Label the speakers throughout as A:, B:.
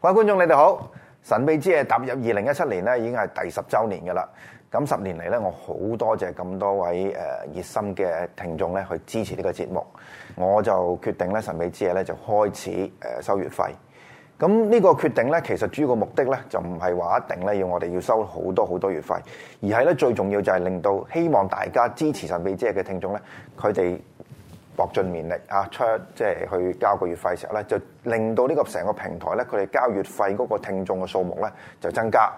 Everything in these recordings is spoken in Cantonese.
A: 各位觀眾，你哋好！神秘之夜踏入二零一七年咧，已經係第十週年嘅啦。咁十年嚟咧，我好多謝咁多位誒熱心嘅聽眾咧，去支持呢個節目。我就決定咧，神秘之夜咧就開始誒收月費。咁呢個決定咧，其實主要個目的咧，就唔係話一定咧要我哋要收好多好多月費，而係咧最重要就係令到希望大家支持神秘之夜嘅聽眾咧，佢哋搏盡綿力啊，出即係去交個月費嘅時候咧，就令到呢個成個平台咧，佢哋交月費嗰個聽眾嘅數目咧就增加。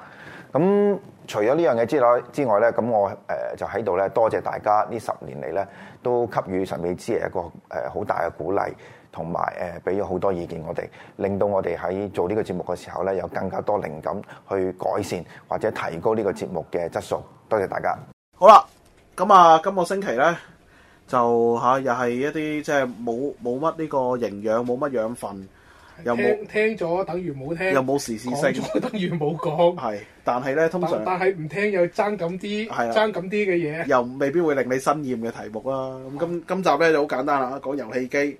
A: 咁除咗呢樣嘢之外之外咧，咁我誒呃就喺度咧多謝大家呢十年嚟咧都給予神秘之夜一個誒好大嘅鼓勵，同埋誒俾咗好多意見我哋，令到我哋喺做呢個節目嘅時候咧有更加多靈感去改善或者提高呢個節目嘅質素。多謝大家。
B: 好啦，咁啊，今個星期咧就吓、又係一啲即係冇冇乜呢個營養，冇乜養分，又冇
C: 聽聽咗等於冇聽，
B: 又冇時事
C: 講
B: 性，
C: 咗等於冇講。
B: 係，但係咧通
C: 但
B: 常
C: 但係唔聽又爭咁啲，
B: 係啊
C: 爭咁啲嘅嘢。
B: 又未必會令你新厭嘅題目啦。咁
C: 哦
B: 今今集咧就好簡單啦，講遊戲機。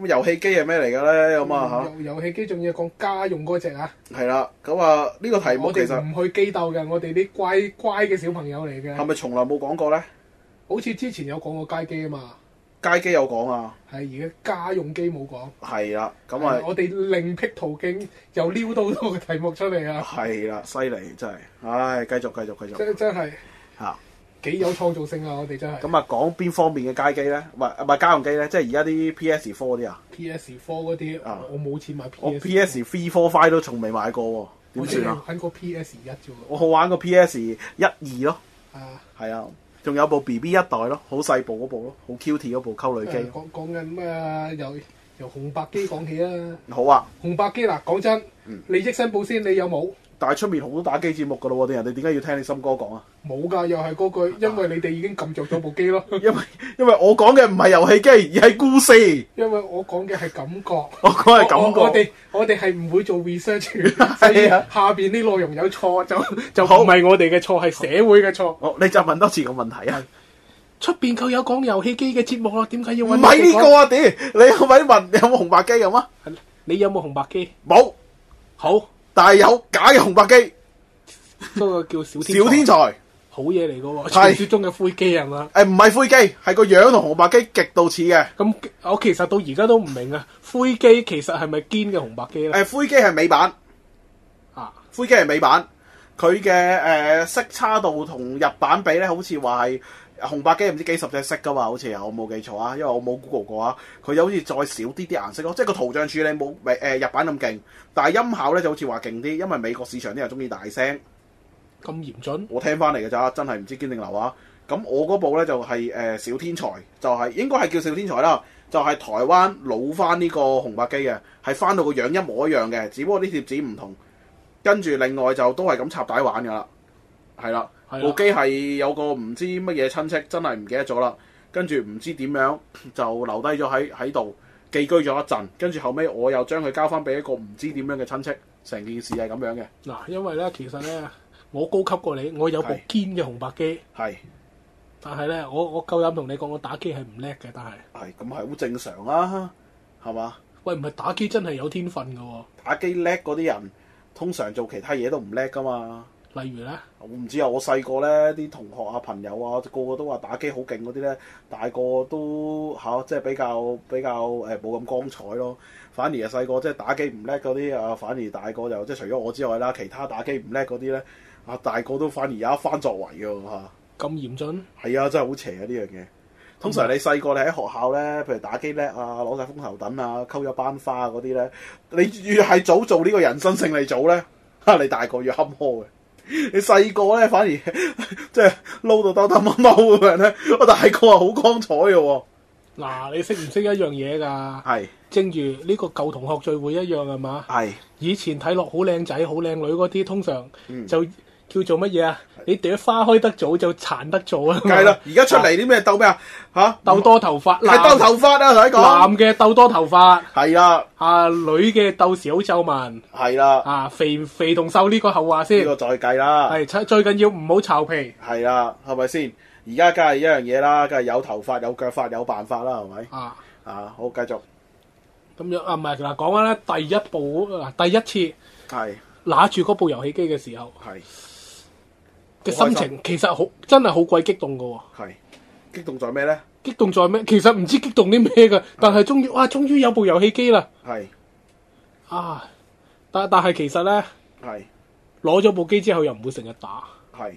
B: 咁遊戲機係咩嚟嘅咧？咁啊
C: 遊遊戲機仲要講家用嗰只啊！
B: 吓，係啦。咁啊呢個題目
C: 我
B: 其
C: 哋
B: 實
C: 唔去機鬥嘅，我哋啲乖乖嘅小朋友嚟
B: 係
C: 嘅。
B: 咪從來冇講過咧？
C: 好似之前有講過街機啊嘛，
B: 街機有講啊，
C: 係而家家用機冇講。
B: 係啦。咁
C: 係
B: 啊
C: 嗯我哋另辟途徑又撩到到個題目出嚟啊！
B: 係啦，犀利真係。唉，繼續繼續繼續
C: 真真係
B: 嚇。
C: 幾有創造性啊！我哋真係。
B: 咁啊，講邊方面嘅街機咧？唔係唔係家用機咧，即係而家啲 PS Four 啲啊，
C: P.S. Four 嗰啲
B: 啊，
C: 我冇錢買 P.S.
B: 我 PS Three Four Five 都從未買過喎，
C: 我
B: 點
C: 淨
B: 算
C: 係
B: 啊？
C: 玩過 P.S. 一啫喎。
B: 我好玩過 PS 一二咯，
C: 啊！
B: 係啊，仲有部 BB 一代咯，好細部嗰部咯，好 Q T 嗰部溝女
C: 誒
B: 機。
C: 講講緊咩啊？由由紅白機講起啊！
B: 好啊，
C: 紅白機嗱，講真，
B: 嗯
C: 你益新保先，你有冇？
B: 但係出面好多打機節目噶咯喎，啲人哋點解要聽你森哥講啊？
C: 冇㗎，又係嗰句，因為你哋已經撳着咗部 機咯。
B: 因為因為我講嘅唔係遊戲機，而係故事。
C: 因為我講嘅係感覺，
B: 我講係感
C: 我
B: 覺
C: 我我哋我哋係唔會做 research，嘅 所以
B: 係啊
C: 下邊啲內容有 錯就就
B: 好
C: 唔係我哋嘅錯，係社會嘅錯。
B: 哦，你就問多次個問題啊？
C: 出邊佢有講遊戲機嘅節目咯，點解要
B: 唔
C: 揾
B: 係呢個
C: 個？
B: 啊？屌，你有咪問有冇紅白機咁啊？
C: 你有冇紅白機？
B: 冇，
C: 好，
B: 但係有假嘅紅白機，
C: 嗰個叫小天
B: 小天才。
C: 好嘢嚟嘅喎，
B: 係
C: 傳說中嘅灰機係嘛？
B: 誒唔係灰機，係個樣同紅白機極度似嘅。
C: 咁我其實到而家都唔明啊，灰機其實係咪堅嘅紅白機
B: 誒、
C: 咧？
B: 灰機係美版，
C: 啊，
B: 灰機係美版，佢嘅誒色差度同日版比咧，好似話係紅白機唔知幾十隻色噶嘛，好似啊，我冇記錯啊，因為我冇 Google 過啊。佢又好似再少啲啲顏色咯，即係個圖像處理冇誒、誒日版咁勁，但係音效咧就好似話勁啲，因為美國市場啲人中意大聲。
C: 咁嚴峻？
B: 我聽翻嚟嘅咋，真係唔知堅定流啊！咁我嗰部咧就係、呃小天才，就係、應該係叫小天才啦，就係、台灣老翻呢個紅白機嘅，係翻到個樣一模一樣嘅，只不過啲貼紙唔同。跟住另外就都係咁插帶玩噶啦，係啦，
C: 係啦
B: 部機係有個唔知乜嘢親戚真係唔記得咗啦，跟住唔知點樣就留低咗喺喺度寄居咗一陣，跟住後尾我又將佢交翻俾一個唔知點樣嘅親戚，成件事係咁樣嘅，
C: 嗱，因為咧，其實咧，我高級過你，我有部
B: 係
C: 堅嘅紅白機，
B: 係。
C: 但係咧，我我夠膽同你講，我打機係唔叻嘅，但係，
B: 係咁係好正常啦、係嘛？
C: 喂，唔係打機真係有天分嘅喎，
B: 打機叻嗰啲人通常做其他嘢都唔叻噶嘛。
C: 例如咧，
B: 我唔知啊，我細個咧啲同學啊、朋友啊，個個都話打機好勁嗰啲咧，大個都嚇、即係比較比較誒冇咁光彩咯。反而啊細個即係打機唔叻嗰啲啊，反而大個就即係除咗我之外啦，其他打機唔叻嗰啲咧啊，大個都反而有一番作為嘅喎嚇
C: 咁嚴峻，
B: 係啊，真係好邪啊呢樣嘢。通
C: 啊
B: 常你細個你喺學校咧，譬如打機叻啊，攞晒風頭等啊，溝咗班花啊嗰啲咧，你越係早做呢個 人生勝利組咧，哈你大個越坎坷嘅。你細個咧反而 即係撈到兜兜踎踎咁樣咧，我大個啊好光彩嘅喎。
C: 嗱，你識唔識一樣嘢㗎？
B: 係
C: 正如呢個舊同學聚會一樣係嘛？
B: 係
C: 以前睇落好靚仔、好靚女嗰啲，通常
B: 嗯
C: 就叫做乜嘢啊？你朵花開得早就殘得早啊！
B: 梗係 啦，而家出嚟啲咩鬥咩啊嚇？
C: 鬥多頭髮，
B: 係鬥頭髮啊！同你
C: 男
B: 講，
C: 嘅鬥多頭髮，
B: 係啦
C: 啊女嘅鬥少皺紋，
B: 係啦，
C: 啊肥肥同瘦呢個後話
B: 呢
C: 先，
B: 個啊再計啦。
C: 係最最緊要唔好巢皮
B: 係啦，係咪先？而家梗係一樣嘢啦，梗係有頭髮、有腳髮、有辦法啦，係咪？
C: 啊！
B: 啊，好，繼續。
C: 咁樣啊，唔係嗱，講翻啦，第一部嗱第一次
B: 係
C: 拿住嗰部遊戲機嘅時候
B: 係
C: 嘅心
B: 好開
C: 情，其實好真係好鬼激動噶喎！
B: 係激動在咩咧？
C: 激動在咩？其實唔知激動啲咩噶，但係終於哇，終於有部遊戲機啦
B: 係
C: 啊！但但係其實咧，
B: 係
C: 攞咗部機之後又唔會成日打，
B: 係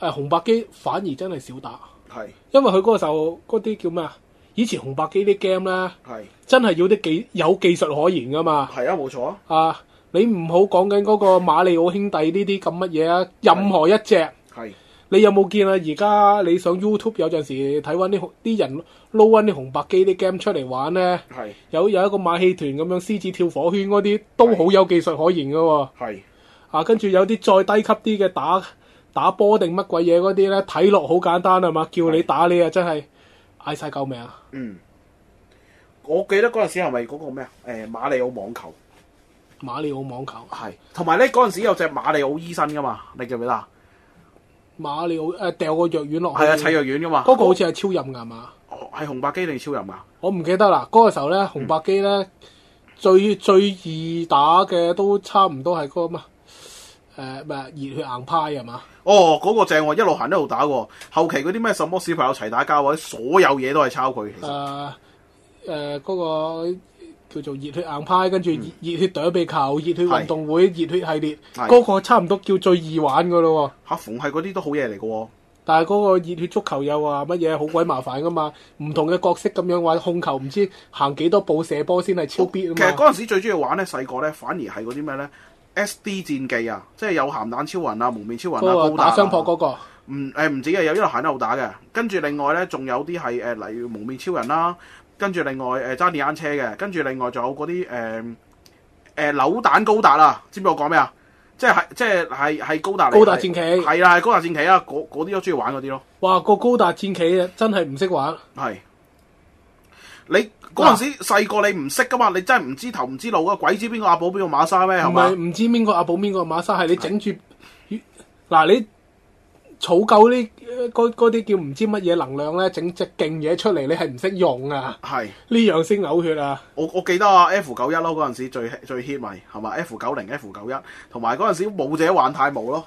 C: 誒、紅白機反而真係少打，
B: 係
C: 因為佢嗰個時候嗰啲叫咩啊？以前紅白機啲 game 咧，
B: 係
C: 真係要啲技有技術可言噶嘛
B: 係啊，冇錯啊，
C: 啊！你唔好講緊嗰個馬里奧兄弟呢啲咁乜嘢啊，任何一隻。
B: 係
C: 你有冇見啊？而家你上 YouTube 有陣時睇翻啲紅啲人撈翻啲紅白機啲 game 出嚟玩咧，
B: 係
C: 有有一個馬戲團咁樣獅子跳火圈嗰啲，都好有技術可言嘅喎、
B: 係
C: 啊，跟住有啲再低級啲嘅打打波定乜鬼嘢嗰啲咧，睇落好簡單係嘛？叫你打你啊，真係嗌晒救命啊！
B: 嗯。我記得嗰陣時係咪嗰個咩啊？誒馬里奧網球
C: 馬里奧網球，啊
B: 係，同埋咧嗰陣時有隻馬里奧醫生噶嘛，你記唔記得啊？
C: 馬里奧誒掉個藥丸落去，
B: 係啊，砌藥丸噶嘛。
C: 嗰個好似係超任㗎係嘛？
B: 哦係紅白機定超人啊？
C: 我唔記得啦。嗰、個時候咧，
B: 嗯
C: 紅白機咧、最最易打嘅都差唔多係嗰個嘛誒咩啊熱血硬派係嘛？
B: 哦，嗰、個正喎，一路行一路打喎。後期嗰啲咩什麼小朋友齊打交或者所有嘢都係抄佢。其實
C: 誒誒呃嗰個叫做熱血硬派，跟住
B: 嗯
C: 熱熱血躲避球、熱血運動會、熱血系列，
B: 係
C: 嗰個差唔多叫最易玩噶咯喎。
B: 嚇，逢係嗰啲都好嘢嚟嘅喎。
C: 但係嗰個熱血足球又話乜嘢好鬼麻煩噶嘛，唔同嘅角色咁樣玩控球，唔知行幾多步射波先係超必
B: 其實
C: 啊嘛。
B: 嗰陣時最中意玩咧，細個咧反而係嗰啲咩咧？SD 戰記啊，即係有鹹蛋超人啊、蒙面超人啊、
C: 嗰
B: 高
C: 個
B: 達啊
C: 打雙撲嗰個
B: 唔誒唔止嘅，有一路行一路打嘅。跟住另外咧，仲有啲係誒，例如蒙面超人啦，跟住另外誒揸、電單車嘅，跟住另外仲有嗰啲誒誒扭蛋高達啊，知唔知我講咩啊？即係即係係係高達嚟
C: 高達
B: 係
C: 戰棋，
B: 係啦，係高達戰棋啊，嗰嗰啲都中意玩嗰啲咯，
C: 哇個高達戰棋啊真係唔識玩。
B: 係。你嗰陣時細個你唔識噶嘛，你真係唔知頭唔知路噶，鬼知邊個阿寶邊個馬沙咩係
C: 唔係
B: 嘛？
C: 唔知邊個阿寶邊個馬沙，係你整住嗱你儲夠呢嗰嗰啲叫唔知乜嘢能量咧，整隻勁嘢出嚟，你係唔識用啊！
B: 係，
C: 呢樣先嘔血啊！
B: 我我記得啊 F 九一咯，嗰陣時最最 hit 咪係嘛 F 九零 F 九一，同埋嗰陣時武者玩太武咯。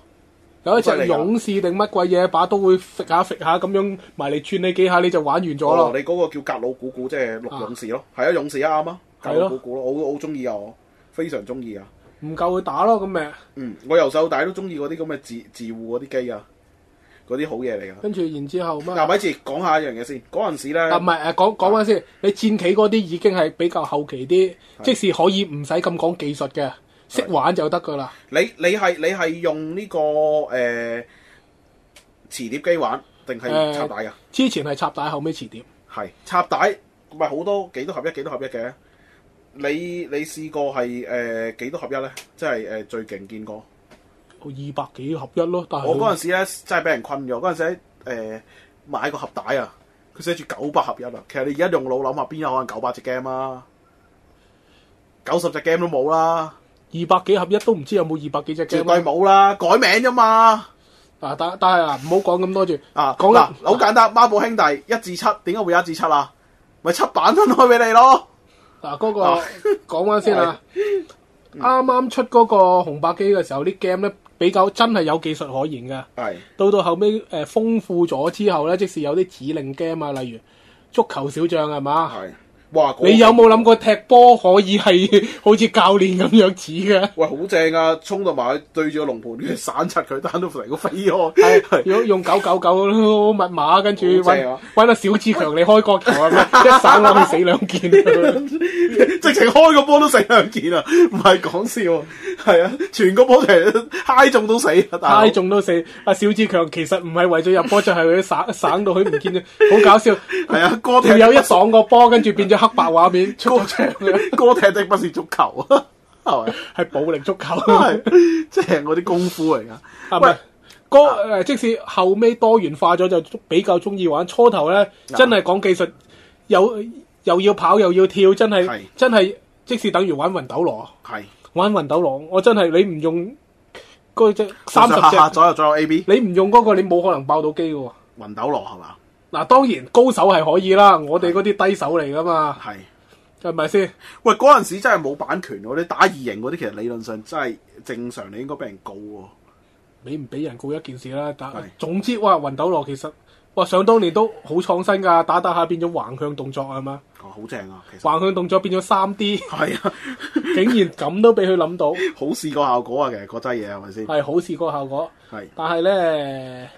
C: 有一
B: 犀利
C: 隻
B: 㗎
C: 勇士定乜鬼嘢，把刀會揈下揈下咁樣埋嚟串你幾下，你就玩完咗
B: 哦，
C: 咯。
B: 你嗰個叫格魯古古，即係綠勇士咯，係啊，勇士啊啱啊，格
C: 係咯
B: 魯古古咯，我好中意啊，我非常中意啊，
C: 唔夠佢打咯，咁咪
B: 嗯，我由細到大都中意嗰啲咁嘅自自護嗰啲機啊，嗰啲好嘢嚟噶。
C: 跟住然之後
B: 嗱，
C: 乜？
B: 咪住講下一樣嘢先，嗰陣時咧，
C: 嗯啊，唔係誒，講講翻先，你戰棋嗰啲已經係比較後期啲，即使可以唔使咁講技術嘅，識玩就得噶啦。
B: 你你係你係用呢個誒磁碟機玩定係
C: 誒
B: 插帶噶？
C: 之前係插帶，後尾磁碟。
B: 係插帶，咪好多幾多合一幾多合一嘅。你你試過係誒幾多合一咧？即係誒最勁見過。
C: 二百幾合一咯，但係
B: 我嗰陣時咧，真係俾人困咗。嗰陣時喺誒、呃、買個盒帶啊，佢寫住九百合一啊。其實你而家用腦諗下，邊有可能九百隻 game 啊？九十隻 game 都冇啦，
C: 二百幾合一都唔知有冇二百幾隻
B: 絕
C: game
B: 對
C: 啊
B: 冇啦，改名啫嘛。
C: 啊！但但係啊，唔好講咁多住。
B: 啊，
C: 講啦
B: 嗱好簡單，孖寶兄弟一至七，點解會有一至七啊？咪七版分開俾你咯。
C: 嗱，嗰
B: 啊嗯
C: 個講翻先啊。啱啱出嗰個紅白機嘅時候，啲 game 咧比較真係有技術可言嘅。
B: 係
C: 到到後尾誒、呃、豐富咗之後咧，即使有啲指令 game 啊，例如足球小將係嘛？
B: 係，哇！嗰個
C: 你有冇諗過踢波可以係 好似教練咁樣指嘅？
B: 喂，好正啊！衝到埋去對住個龍盤，跟住散柒佢，單刀成個飛開。
C: 係用用九九九密碼，跟住
B: 好
C: 揾
B: 正啊
C: 揾阿小志強你開角球咁 樣，一省落去死兩件。
B: 直情開個波都死兩件啊！唔係講笑，係啊，全個波踢嗨中都死啊！大佬
C: 猜中都死。阿小志強其實唔係為咗入波，就係佢省省到佢唔見咗，好搞笑。
B: 係啊，哥踢
C: 條友一擋個波，跟住變咗黑白畫面，出咗場嘅
B: 哥踢的不是足球啊，係咪？
C: 係暴力足球。
B: 係即係我啲功夫嚟
C: 係
B: 噶。喂
C: 咪，？嗰誒即使後尾多元化咗，就比較中意玩。初頭咧，真係講技術，又又要跑又要跳，真
B: 係
C: 係真係，即使等於玩魂斗羅，
B: 係
C: 玩魂斗羅，我真係你唔用嗰只三十
B: 下下
C: 隻，
B: 左右左右 A B
C: 你唔用嗰個，你冇可能爆到機嘅喎。
B: 雲斗羅係嘛？
C: 嗱，當然高手係可以啦，我哋嗰啲低手嚟噶嘛。
B: 係
C: 係咪先？
B: 喂，嗰陣時真係冇版權喎，你打異形嗰啲其實理論上真係正常，你應該俾人告喎。
C: 你唔俾人告一件事啦，但
B: 係
C: 總之哇，雲斗羅其實哇，想當年都好創新㗎，打打下變咗橫向動作係嘛，
B: 哦，好正啊，其實
C: 橫向動作變咗三 D，
B: 係啊，
C: 竟然咁都俾佢諗到，
B: 好視覺效果啊，其實嗰劑嘢係咪先？
C: 係好視覺效果。
B: 係
C: 但係咧，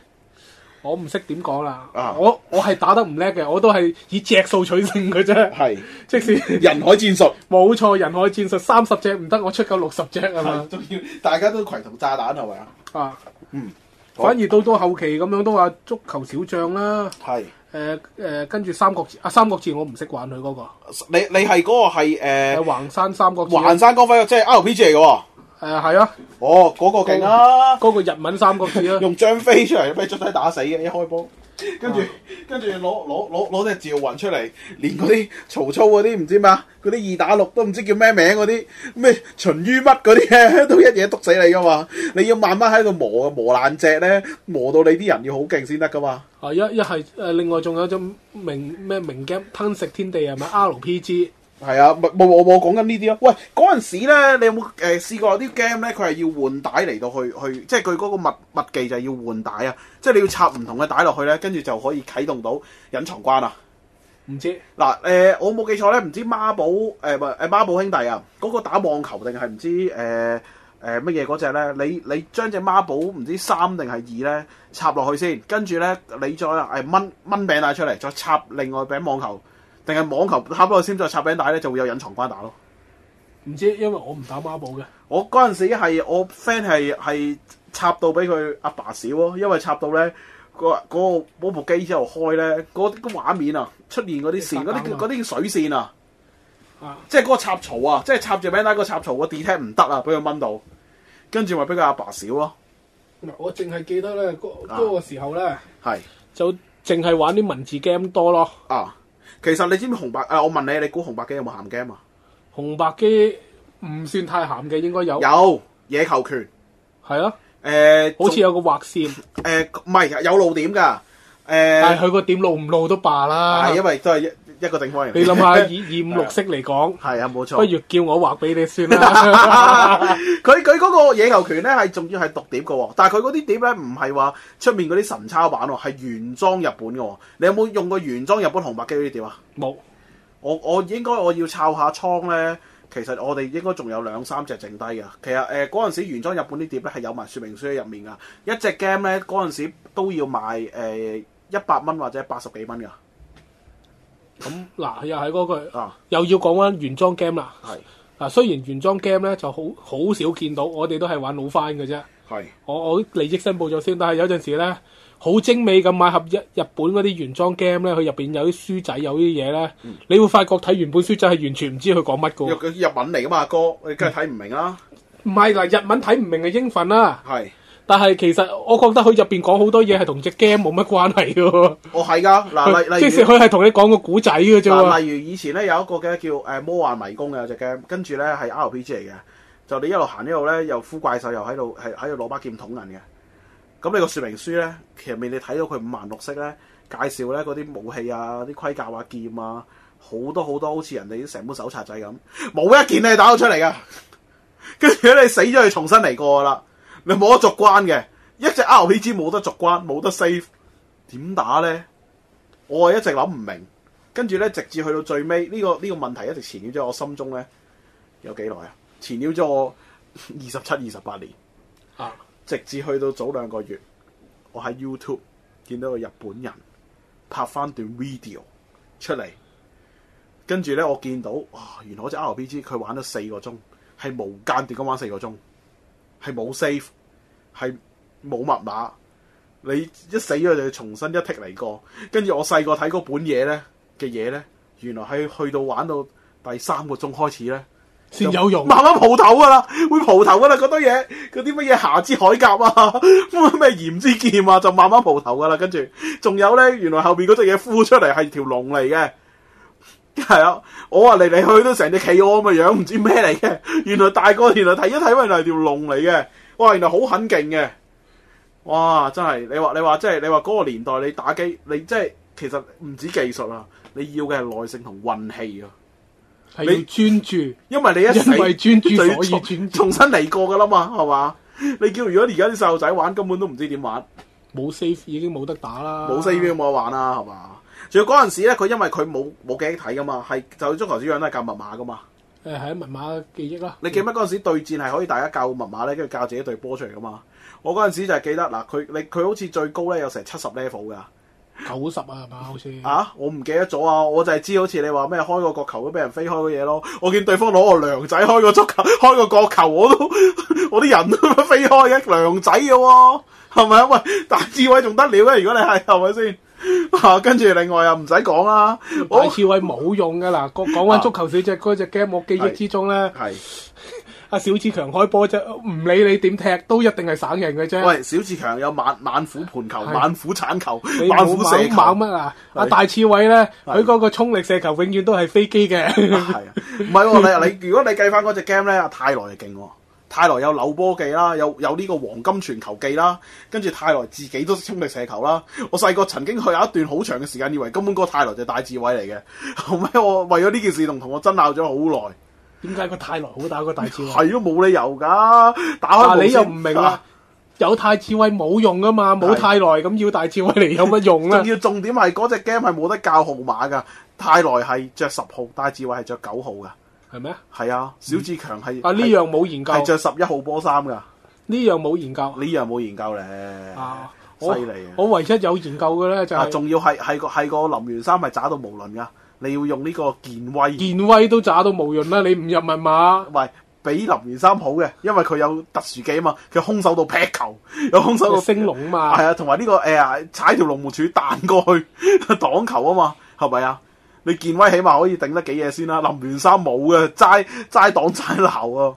C: 我唔識點講啦。
B: 啊
C: 我我係打得唔叻嘅，我都係以隻數取勝嘅啫。
B: 係
C: 即使
B: 人海戰術。
C: 冇錯，人海戰術三十隻唔得，我出夠六十隻啊嘛
B: 係。都要大家都攜同炸彈係咪啊？
C: 啊，
B: 嗯，
C: 反而到到後期咁樣都話足球小將啦。
B: 係
C: 誒誒，跟住三國志啊，三國志我唔識玩佢嗰個，
B: 你你係嗰個係
C: 誒
B: 誒
C: 橫山三國志啊，
B: 環山光輝，即係 RPG 嚟嘅喎。
C: 誒係啊，
B: 哦，嗰個勁啦，
C: 嗰個日文三國志 啊，
B: 用張飛出嚟俾卒仔打死嘅，一開波。跟住，跟住攞攞攞攞隻趙雲出嚟，連嗰啲曹操嗰啲唔知咩啊，嗰啲二打六都唔知叫咩名嗰啲咩秦於乜嗰啲 咧，都一嘢篤死你噶嘛！你要慢慢喺度磨磨爛隻咧，磨到你啲人要好勁先得噶嘛！
C: 啊一一係誒，另外仲有一種明咩明 game 吞食天地係咪 RPG？
B: 係啊，咪冇我我講緊呢啲咯。喂，嗰陣時咧，你有冇誒、呃、試過有啲 game 咧？佢係要換帶嚟到去去，即係佢嗰個密密技就係要換帶啊！即係你要插唔同嘅帶落去咧，跟住就可以啟動到隱藏關啊！
C: 唔知
B: 嗱誒、呃我冇記錯咧，唔知孖寶誒唔係誒孖寶兄弟啊，嗰、個打網球定係唔知誒誒乜嘢嗰只咧？你你將只孖寶唔知三定係二咧插落去先，跟住咧你再誒掹掹餅帶出嚟，再插另外餅網球，定係網球插落去先，再插餅帶咧就會有隱藏關打咯。
C: 唔知，因為我唔打孖寶嘅，
B: 我嗰陣時係我 friend 係係插到俾佢阿爸少咯，因為插到咧個嗰個嗰部機之後開咧，嗰啲嗰畫面啊出現嗰啲線，嗰啲嗰啲水線啊
C: 啊，
B: 即係嗰個插槽啊，即係插住 b a n d 個插槽個 detect 唔得啊，俾佢掹到，跟住咪俾佢阿爸少咯，
C: 我淨係記得咧嗰
B: 啊
C: 嗰個時候咧
B: 係
C: 就淨係玩啲文字 game 多咯，
B: 啊。其實你知唔知紅白啊？我問你，你估紅白機有冇鹹 game 啊？
C: 紅白機唔算太鹹嘅，應該有
B: 有野球拳，
C: 係咯，
B: 誒、
C: 好似有個畫線，
B: 仲誒唔係有露點㗎，誒、
C: 但係佢個點露唔露都罷啦
B: 係。因為都係一一個正方形。
C: 你諗下， 以二五六色嚟講。
B: 係啊，冇錯。
C: 不如叫我畫俾你算啦。
B: 佢佢嗰個野球拳咧係仲要係獨碟嘅喎，但係佢嗰啲碟咧唔係話出面嗰啲神抄版喎，係原裝日本嘅喎。你有冇用過原裝日本紅白機嗰啲碟啊？
C: 冇
B: 我我應該我要抄下倉咧，其實我哋應該仲有兩三隻剩低嘅。其實誒嗰陣時原裝日本啲碟咧係有埋說明書喺入面㗎，一隻 game 咧嗰陣時都要賣誒一百蚊或者八十幾蚊㗎。
C: 咁嗱，又係嗰句，
B: 啊，
C: 又要講翻原裝 game 啦。
B: 係
C: 嗱，雖然原裝 game 咧就好好少見到，我哋都係玩老翻嘅啫。
B: 係
C: 我我利益申報咗先，但係有陣時咧，好精美咁買盒日日本嗰啲原裝 game 咧，佢入邊有啲書仔有啲嘢咧，
B: 嗯
C: 你會發覺睇完本書仔係完全唔知佢講乜
B: 日
C: 嘅喎。
B: 佢日文嚟㗎嘛，哥，你梗係睇唔明啦。
C: 唔係嗱，日文睇唔明嘅英文啦，
B: 係。
C: 但係其實我覺得佢入邊講好多嘢係同只 game 冇乜關係嘅喎。
B: 我哦係㗎，嗱啊例例
C: 即
B: 如
C: 使。佢係同你講個古仔嘅啫
B: 嗱，
C: 喎。
B: 例如以前咧有一個嘅叫誒魔幻迷宮嘅有隻 game，跟住咧係 RPG 嚟嘅，就你一路行一路咧又呼怪獸，又喺度係喺度攞把劍捅人嘅。咁你個說明書咧，其實面你睇到佢五顏六色咧，介紹咧嗰啲武器啊、啲盔甲啊、劍啊，好多好多好似人哋啲成本手冊仔咁，冇一件你係打到出嚟噶。跟住咧你死咗，去重新嚟過噶啦，你冇得續關嘅，一隻 RPG 冇得續關，冇得 save，點打咧？我係一直諗唔明。跟住咧，直至去到最尾呢、個呢、個問題一直纏繞咗我心中咧，有幾耐啊？纏繞咗我 二十七、二十八年，
C: 啊
B: 直至去到早兩個月，我喺 YouTube 見到個日本人拍翻段 video 出嚟，跟住咧我見到哇，原來嗰只 RPG 佢玩咗四個鐘，係無間斷咁玩四個鐘，係冇 save，係冇密碼。你一死咗就要重新一剔嚟過，跟住我細個睇嗰本嘢咧嘅嘢咧，原來係去到玩到第三個鐘開始咧，
C: 先有用。
B: 慢慢蒲頭噶啦，會蒲頭噶啦嗰堆嘢，嗰啲乜嘢瑕疵鎧甲啊， 咩鹽之劍啊，就慢慢蒲頭噶啦。跟住仲有咧，原來後面嗰隻嘢孵出嚟係條龍嚟嘅。係啊，我話嚟嚟去都成隻企鵝咁嘅樣，唔知咩嚟嘅。原來大個，原來睇一睇，原來係條龍嚟嘅。哇，原來好狠勁嘅。哇，真係你話你話，即係你話嗰個年代你打機，你即係其實唔止技術啊，你要嘅係耐性同運氣啊。
C: 係要專注，
B: 因為你一死
C: 因為專注
B: 就要
C: 所以
B: 重
C: 專注
B: 重新嚟過噶啦嘛，係嘛？你叫如果而家啲細路仔玩，根本都唔知點玩，
C: 冇 save 已經冇得打啦，
B: 冇 C V 冇得玩啦，係嘛？仲要嗰陣時咧，佢因為佢冇冇記憶睇噶嘛，係就足球小將都係教密碼噶嘛。
C: 誒係啊密碼記憶啦。
B: 你記唔記得嗰陣時對戰係可以大家教密碼咧，跟住教自己隊波出嚟噶嘛？我嗰陣時就係記得嗱，佢你佢好似最高咧有成七十 level 噶。
C: 九十啊係嘛？好似
B: 啊！我唔記得咗啊！我就係知好似你話咩開個角球都俾人飛開嘅嘢咯。我見對方攞個梁仔開個足球， 開個角球，我都 我啲人都飛開嘅梁仔嘅喎，係咪啊？喂，大智慧仲得了嘅？如果你係係咪先？ 啊，跟住另外又唔使講啦，我
C: 嗯大刺猬冇用噶嗱，講講翻
B: 啊
C: 足球小隻嗰只 game，我記憶之中咧，
B: 係
C: 阿小志強開波啫，唔理你點踢都一定係省人嘅啫。
B: 喂小志強有猛猛虎盤球、
C: 係
B: 猛虎鏟球
C: 你、
B: 猛
C: 冇
B: 虎射
C: 猛
B: 球，
C: 猛乜啊？阿
B: 係
C: 大刺猬咧，
B: 係
C: 佢嗰個衝力射球永遠都係飛 機嘅。
B: 係啊，唔係喎，你你如果你計翻嗰只 game 咧，阿泰來就勁喎。泰來有扭波技啦，有有呢個黃金傳球技啦，跟住泰來自己都衝力射球啦。我細個曾經去有一段好長嘅時間，以為根本嗰個泰來就係大智慧嚟嘅。後尾我為咗呢件事同同我爭拗咗好耐，
C: 點解個泰來好打過大 刺猬？
B: 係都冇理由㗎。打開
C: 嗱，你
B: 無線
C: 又唔明啊啦，，有太智慧冇用噶嘛，冇
B: 啊係
C: 太耐咁要大智慧嚟有乜用
B: 仲
C: 咧？
B: 要重點係嗰只 game 係冇得教號碼㗎。泰來係着十號，大智慧係着九號㗎。
C: 係咩啊？
B: 係啊，小志強係
C: 啊呢樣冇研究，
B: 係着十一號波衫㗎。呢
C: 呢樣冇研究
B: 樣冇研究咧。
C: 啊！
B: 犀
C: 我
B: 利啊！
C: 我唯一有研究嘅咧就
B: 啊，
C: 係
B: 仲要係係個係個林源三係渣到無論噶，你要用呢個健威，
C: 健威都渣到無用啦，你唔入密 碼，
B: 喂，比林源三好嘅，因為佢有特殊技啊嘛，佢空手道劈球，有空手
C: 你
B: 道
C: 升龍啊嘛
B: 係。啊，同埋呢個誒、踩條龍門柱彈過去擋球啊嘛，係咪啊？你健威起碼可以頂得幾嘢先啦，林源三冇嘅，齋 齋擋齋鬧啊！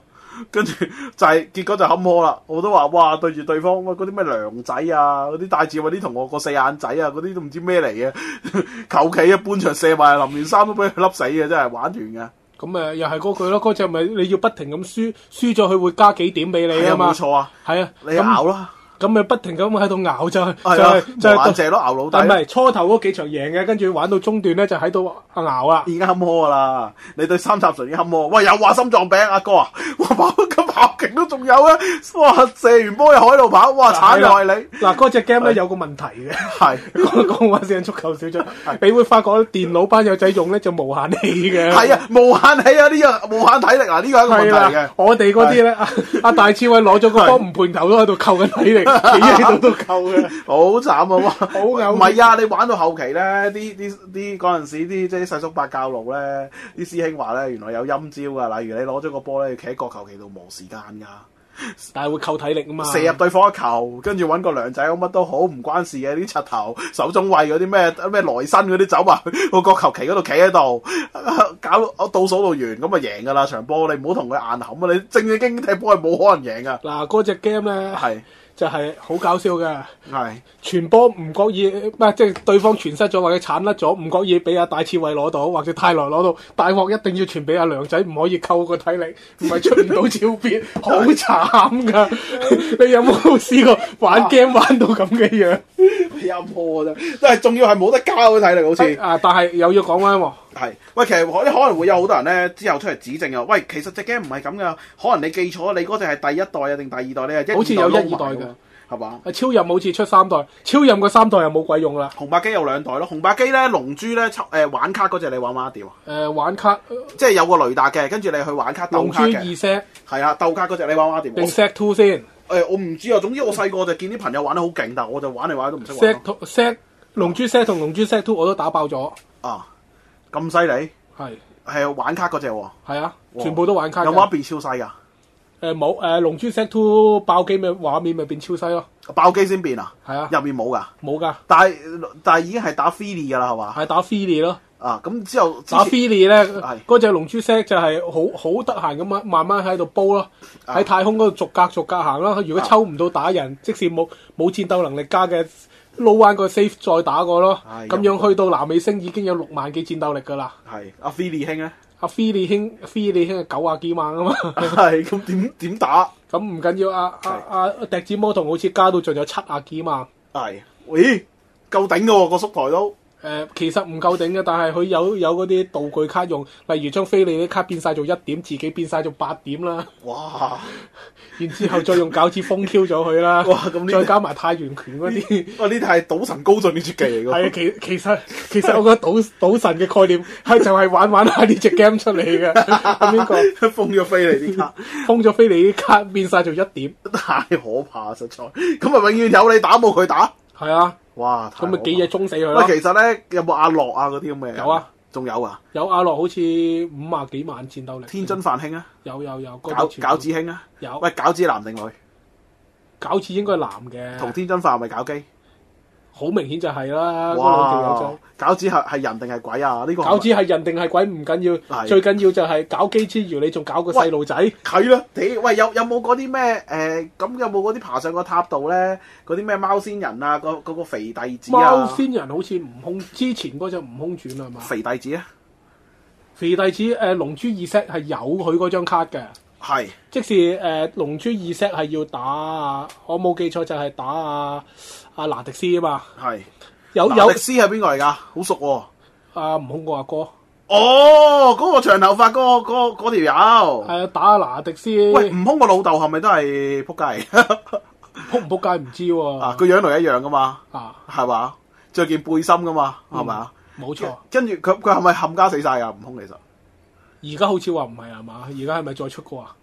B: 跟住就係、結果就冚我啦，我都話哇對住對方喂嗰啲咩梁仔啊，嗰啲大智慧啲同學個四眼仔啊，嗰啲都唔知咩嚟嘅， 求其啊半場射埋林源三都俾佢笠死嘅，真係玩完嘅。
C: 咁誒又係嗰句咯，嗰只咪你要不停咁輸，輸咗佢會加幾點俾你
B: 係
C: 啊
B: 啊，
C: 嘛
B: 冇。錯啊，
C: 係啊，
B: 你咬啦，
C: 咁咪不停咁喺度熬就係
B: 係
C: 就
B: 啊
C: 係，就係
B: 無眼
C: 到
B: 射咯，咬老底
C: 但唔
B: 咯。
C: 係初頭嗰幾場贏嘅，跟住玩到中段咧就喺度啊熬 啦。
B: 已經坎坷噶啦，你對三甲醇已經坎坷。喂，又話心臟病阿哥啊， 哇跑咁跑勁都仲有啊！哇射完波又喺度跑，哇慘
C: 係啦
B: 害你，
C: 嗱，嗰只 game 咧有個問題嘅，
B: 係
C: 講講話先足球小將，你會發覺電腦班友仔用咧就無限氣嘅。
B: 係啊，無限氣啊呢樣無限體力嗱呢個係一個問
C: 係
B: 題嘅
C: 啦，。我哋嗰啲咧，阿阿大刺猬攞咗個波唔判球都喺度扣緊 體力，企喺度都扣嘅。
B: 好慘啊！哇，好
C: 嘔
B: 唔係啊！你玩到後期咧，啲啲啲嗰陣時啲即係啲細叔伯教路咧，啲師兄話咧，原來有陰招噶，例如你攞咗個波咧，要企喺角球旗度磨時間㗎。
C: 但係會扣體力啊嘛。
B: 射入對方一球，跟住揾個梁仔乜都好，唔關事嘅啲柒頭、手中衞嗰啲咩咩萊辛嗰啲走埋去 個角球旗嗰度企喺度， 搞到倒數到完咁啊贏㗎啦場波！你唔好同佢硬冚啊！你正正經經踢波係冇可能贏㗎，啊
C: 嗱，嗰只 game 咧
B: 係
C: 就係好搞笑嘅。
B: 係
C: 傳波唔覺意，唔係即係對方傳失咗或者鏟甩咗，唔覺意俾阿大刺猬攞到，或者泰來攞到，大鑊一定要傳俾阿梁仔，唔可以扣個體 力，唔係出唔到照片，好慘噶！ 你有冇試過
B: 啊
C: 玩 game 玩到咁嘅樣？
B: 陰破啫，但係仲要係冇得交嘅睇嚟好似。
C: 啊，但係又要講翻喎，
B: 係，喂，其實可可能會有好多人咧之後出嚟指證啊，喂，其實只 game 唔係咁噶，可能你記錯，你嗰只係第一代啊定第二代咧，
C: 好似有一二代
B: 嘅
C: 㗎，
B: 係嘛？
C: 阿超任好似出三代，超任個三代又冇鬼用啦。
B: 紅白機有兩代咯，紅白機咧龍珠咧抽誒玩卡嗰只你玩唔玩得掂啊？
C: 誒、玩卡呃
B: 即係有個雷達嘅，跟住你去玩卡鬥
C: 龍珠
B: 卡
C: 二
B: 嘅，
C: 石
B: 係啊鬥卡嗰只你玩唔玩得掂？
C: 定
B: 我
C: set two 先
B: 誒我唔知啊，總之我細個就見啲朋友玩得好勁，但我就玩嚟玩去都唔識玩
C: ，set set 龍珠 set 同龍珠 set two 我都打爆咗，
B: 咯啊！咁犀利
C: 係
B: 係啊玩卡嗰只喎，
C: 係啊，
B: 哇
C: 全部都玩卡㗎。
B: 有冇得變超細噶？
C: 誒冇誒《龍珠 Set Two》爆機咪畫面咪變超西咯，
B: 爆機先變啊！
C: 係啊，
B: 入面冇噶，
C: 冇㗎，
B: 但係但係已經係打 f i l y 噶啦，係嘛？
C: 係打 f i l y 咯，
B: 啊咁之後之
C: 打 f
B: 前
C: i l y 咧，
B: 係
C: 嗰只《龍珠 Set》就係好好得閒咁啊，慢慢喺度煲咯，
B: 啊
C: 喺太空嗰度逐格逐格行啦。如果
B: 啊
C: 抽唔到打人，即使冇冇戰鬥能力加嘅撈彎個 save 再打過咯，
B: 唉
C: 咁
B: 陰
C: 樣
B: 公
C: 去到南美星已經有六萬幾戰鬥力㗎啦。
B: 係阿 f i l y 兄咧，
C: 阿 f i l y 兄 f i l y 兄係九啊幾萬啊嘛，
B: 係咁點點打？
C: 咁唔緊要，阿阿阿笛子魔童好似加到仲有七啊幾萬。
B: 係，咦夠頂噶喎個縮台都
C: 誒、誒呃其實唔夠頂嘅，但係佢有有嗰啲道具卡用，例如將菲利啲卡變晒做一點，自己變晒做八點啦，
B: 哇！
C: 然之後再用餃子封 Q 咗佢啦，
B: 哇咁呢
C: 再加埋太原拳嗰啲。
B: 哇！哦呢啲係賭神高進呢出技嚟
C: 係啊，
B: 㗎。
C: 其其實其實我覺得賭賭神嘅概念係就係玩玩下呢只 game 出 嚟嘅，咁呢個
B: 封咗飛你啲卡，
C: 封咗飛你啲卡變晒做一點，
B: 太可怕實在。咁咪永遠有你打冇佢打，
C: 係啊，
B: 哇！太
C: 咁咪
B: 可
C: 幾
B: 怕
C: 嘢中死佢
B: 喂，
C: 咯。
B: 其實咧有冇阿樂啊嗰啲咁嘅？
C: 有啊，
B: 仲有啊，
C: 有阿樂好似五啊幾萬戰鬥力，
B: 天津飯興啊，
C: 有有有嗰啲
B: 餃
C: 全部
B: 餃子興啊，
C: 有，
B: 喂，餃子男定女？
C: 餃子應該係男
B: 同
C: 嘅，
B: 天津飯係咪搞基？
C: 好明顯就係啦。
B: 哇
C: 哇！！
B: 餃子係係人定係鬼啊？呢個係咪
C: 餃子係人定係鬼唔緊要，
B: 係
C: 最緊要就係搞基之餘，你仲搞個細路仔，
B: 係咯，屌喂，有有冇嗰啲咩誒？咁有冇嗰啲爬上個塔度咧？嗰啲咩貓仙人啊？嗰嗰個肥弟子
C: 貓
B: 啊？
C: 仙人好似悟空之前嗰只悟空傳係嘛？
B: 肥弟子啊？
C: 肥弟子誒、呃、龍珠二 set 係有佢嗰張卡嘅，
B: 係
C: 即是誒、呃、龍珠二 set 係要打啊，我冇記錯就係打啊阿拿迪斯啊嘛，
B: 係。
C: 有
B: 嗱
C: 哦有
B: 歷史係邊個嚟㗎？好熟喎。
C: 啊悟空個阿哥
B: 哦，嗰個長頭髮嗰個嗰嗰條友。
C: 係啊打阿拿迪斯，
B: 喂，
C: 撲
B: 悟空個老豆係咪都係撲街？
C: 唔撲街唔知喎
B: 啊，
C: 啊
B: 個樣類一樣噶嘛，
C: 啊
B: 係嘛？着件背心噶嘛，係咪啊？
C: 嗯冇錯，
B: 跟住佢佢係咪冚家死晒㗎？悟空其實
C: 而家好似話唔係啊嘛，而家係咪再出過啊？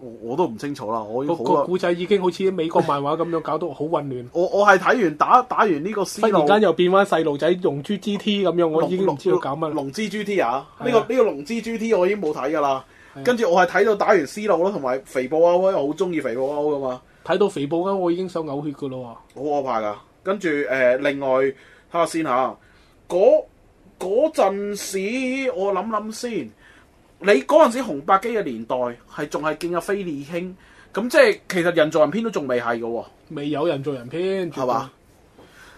B: 我我都唔清楚啦，我已
C: 個
B: 經好
C: 個
B: 耐
C: 故仔已經好啊似美國漫畫咁樣搞到好混亂，
B: 我我係睇完打打完呢個思
C: 忽
B: 路
C: 然間又變翻細路仔龍珠 GT 咁樣，我已經唔知道搞乜啦。
B: 龍之 G T 啊，
C: 係啊
B: 呢個呢個龍之 G T 我已經冇睇㗎啦
C: 係啊。
B: 跟住我係睇到打完思路咯，同埋肥布歐，因啊為我好中意肥布歐噶嘛，
C: 睇到肥布咁，我已經想嘔血噶咯
B: 好可怕㗎。跟住誒、呃另外睇下先嚇，嗰嗰陣時我諗諗先，你嗰陣時紅白機嘅年代係仲係勁阿菲利興，咁即係其實人造人篇都仲未係嘅喎，
C: 喎，未有人做人篇，
B: 係嘛？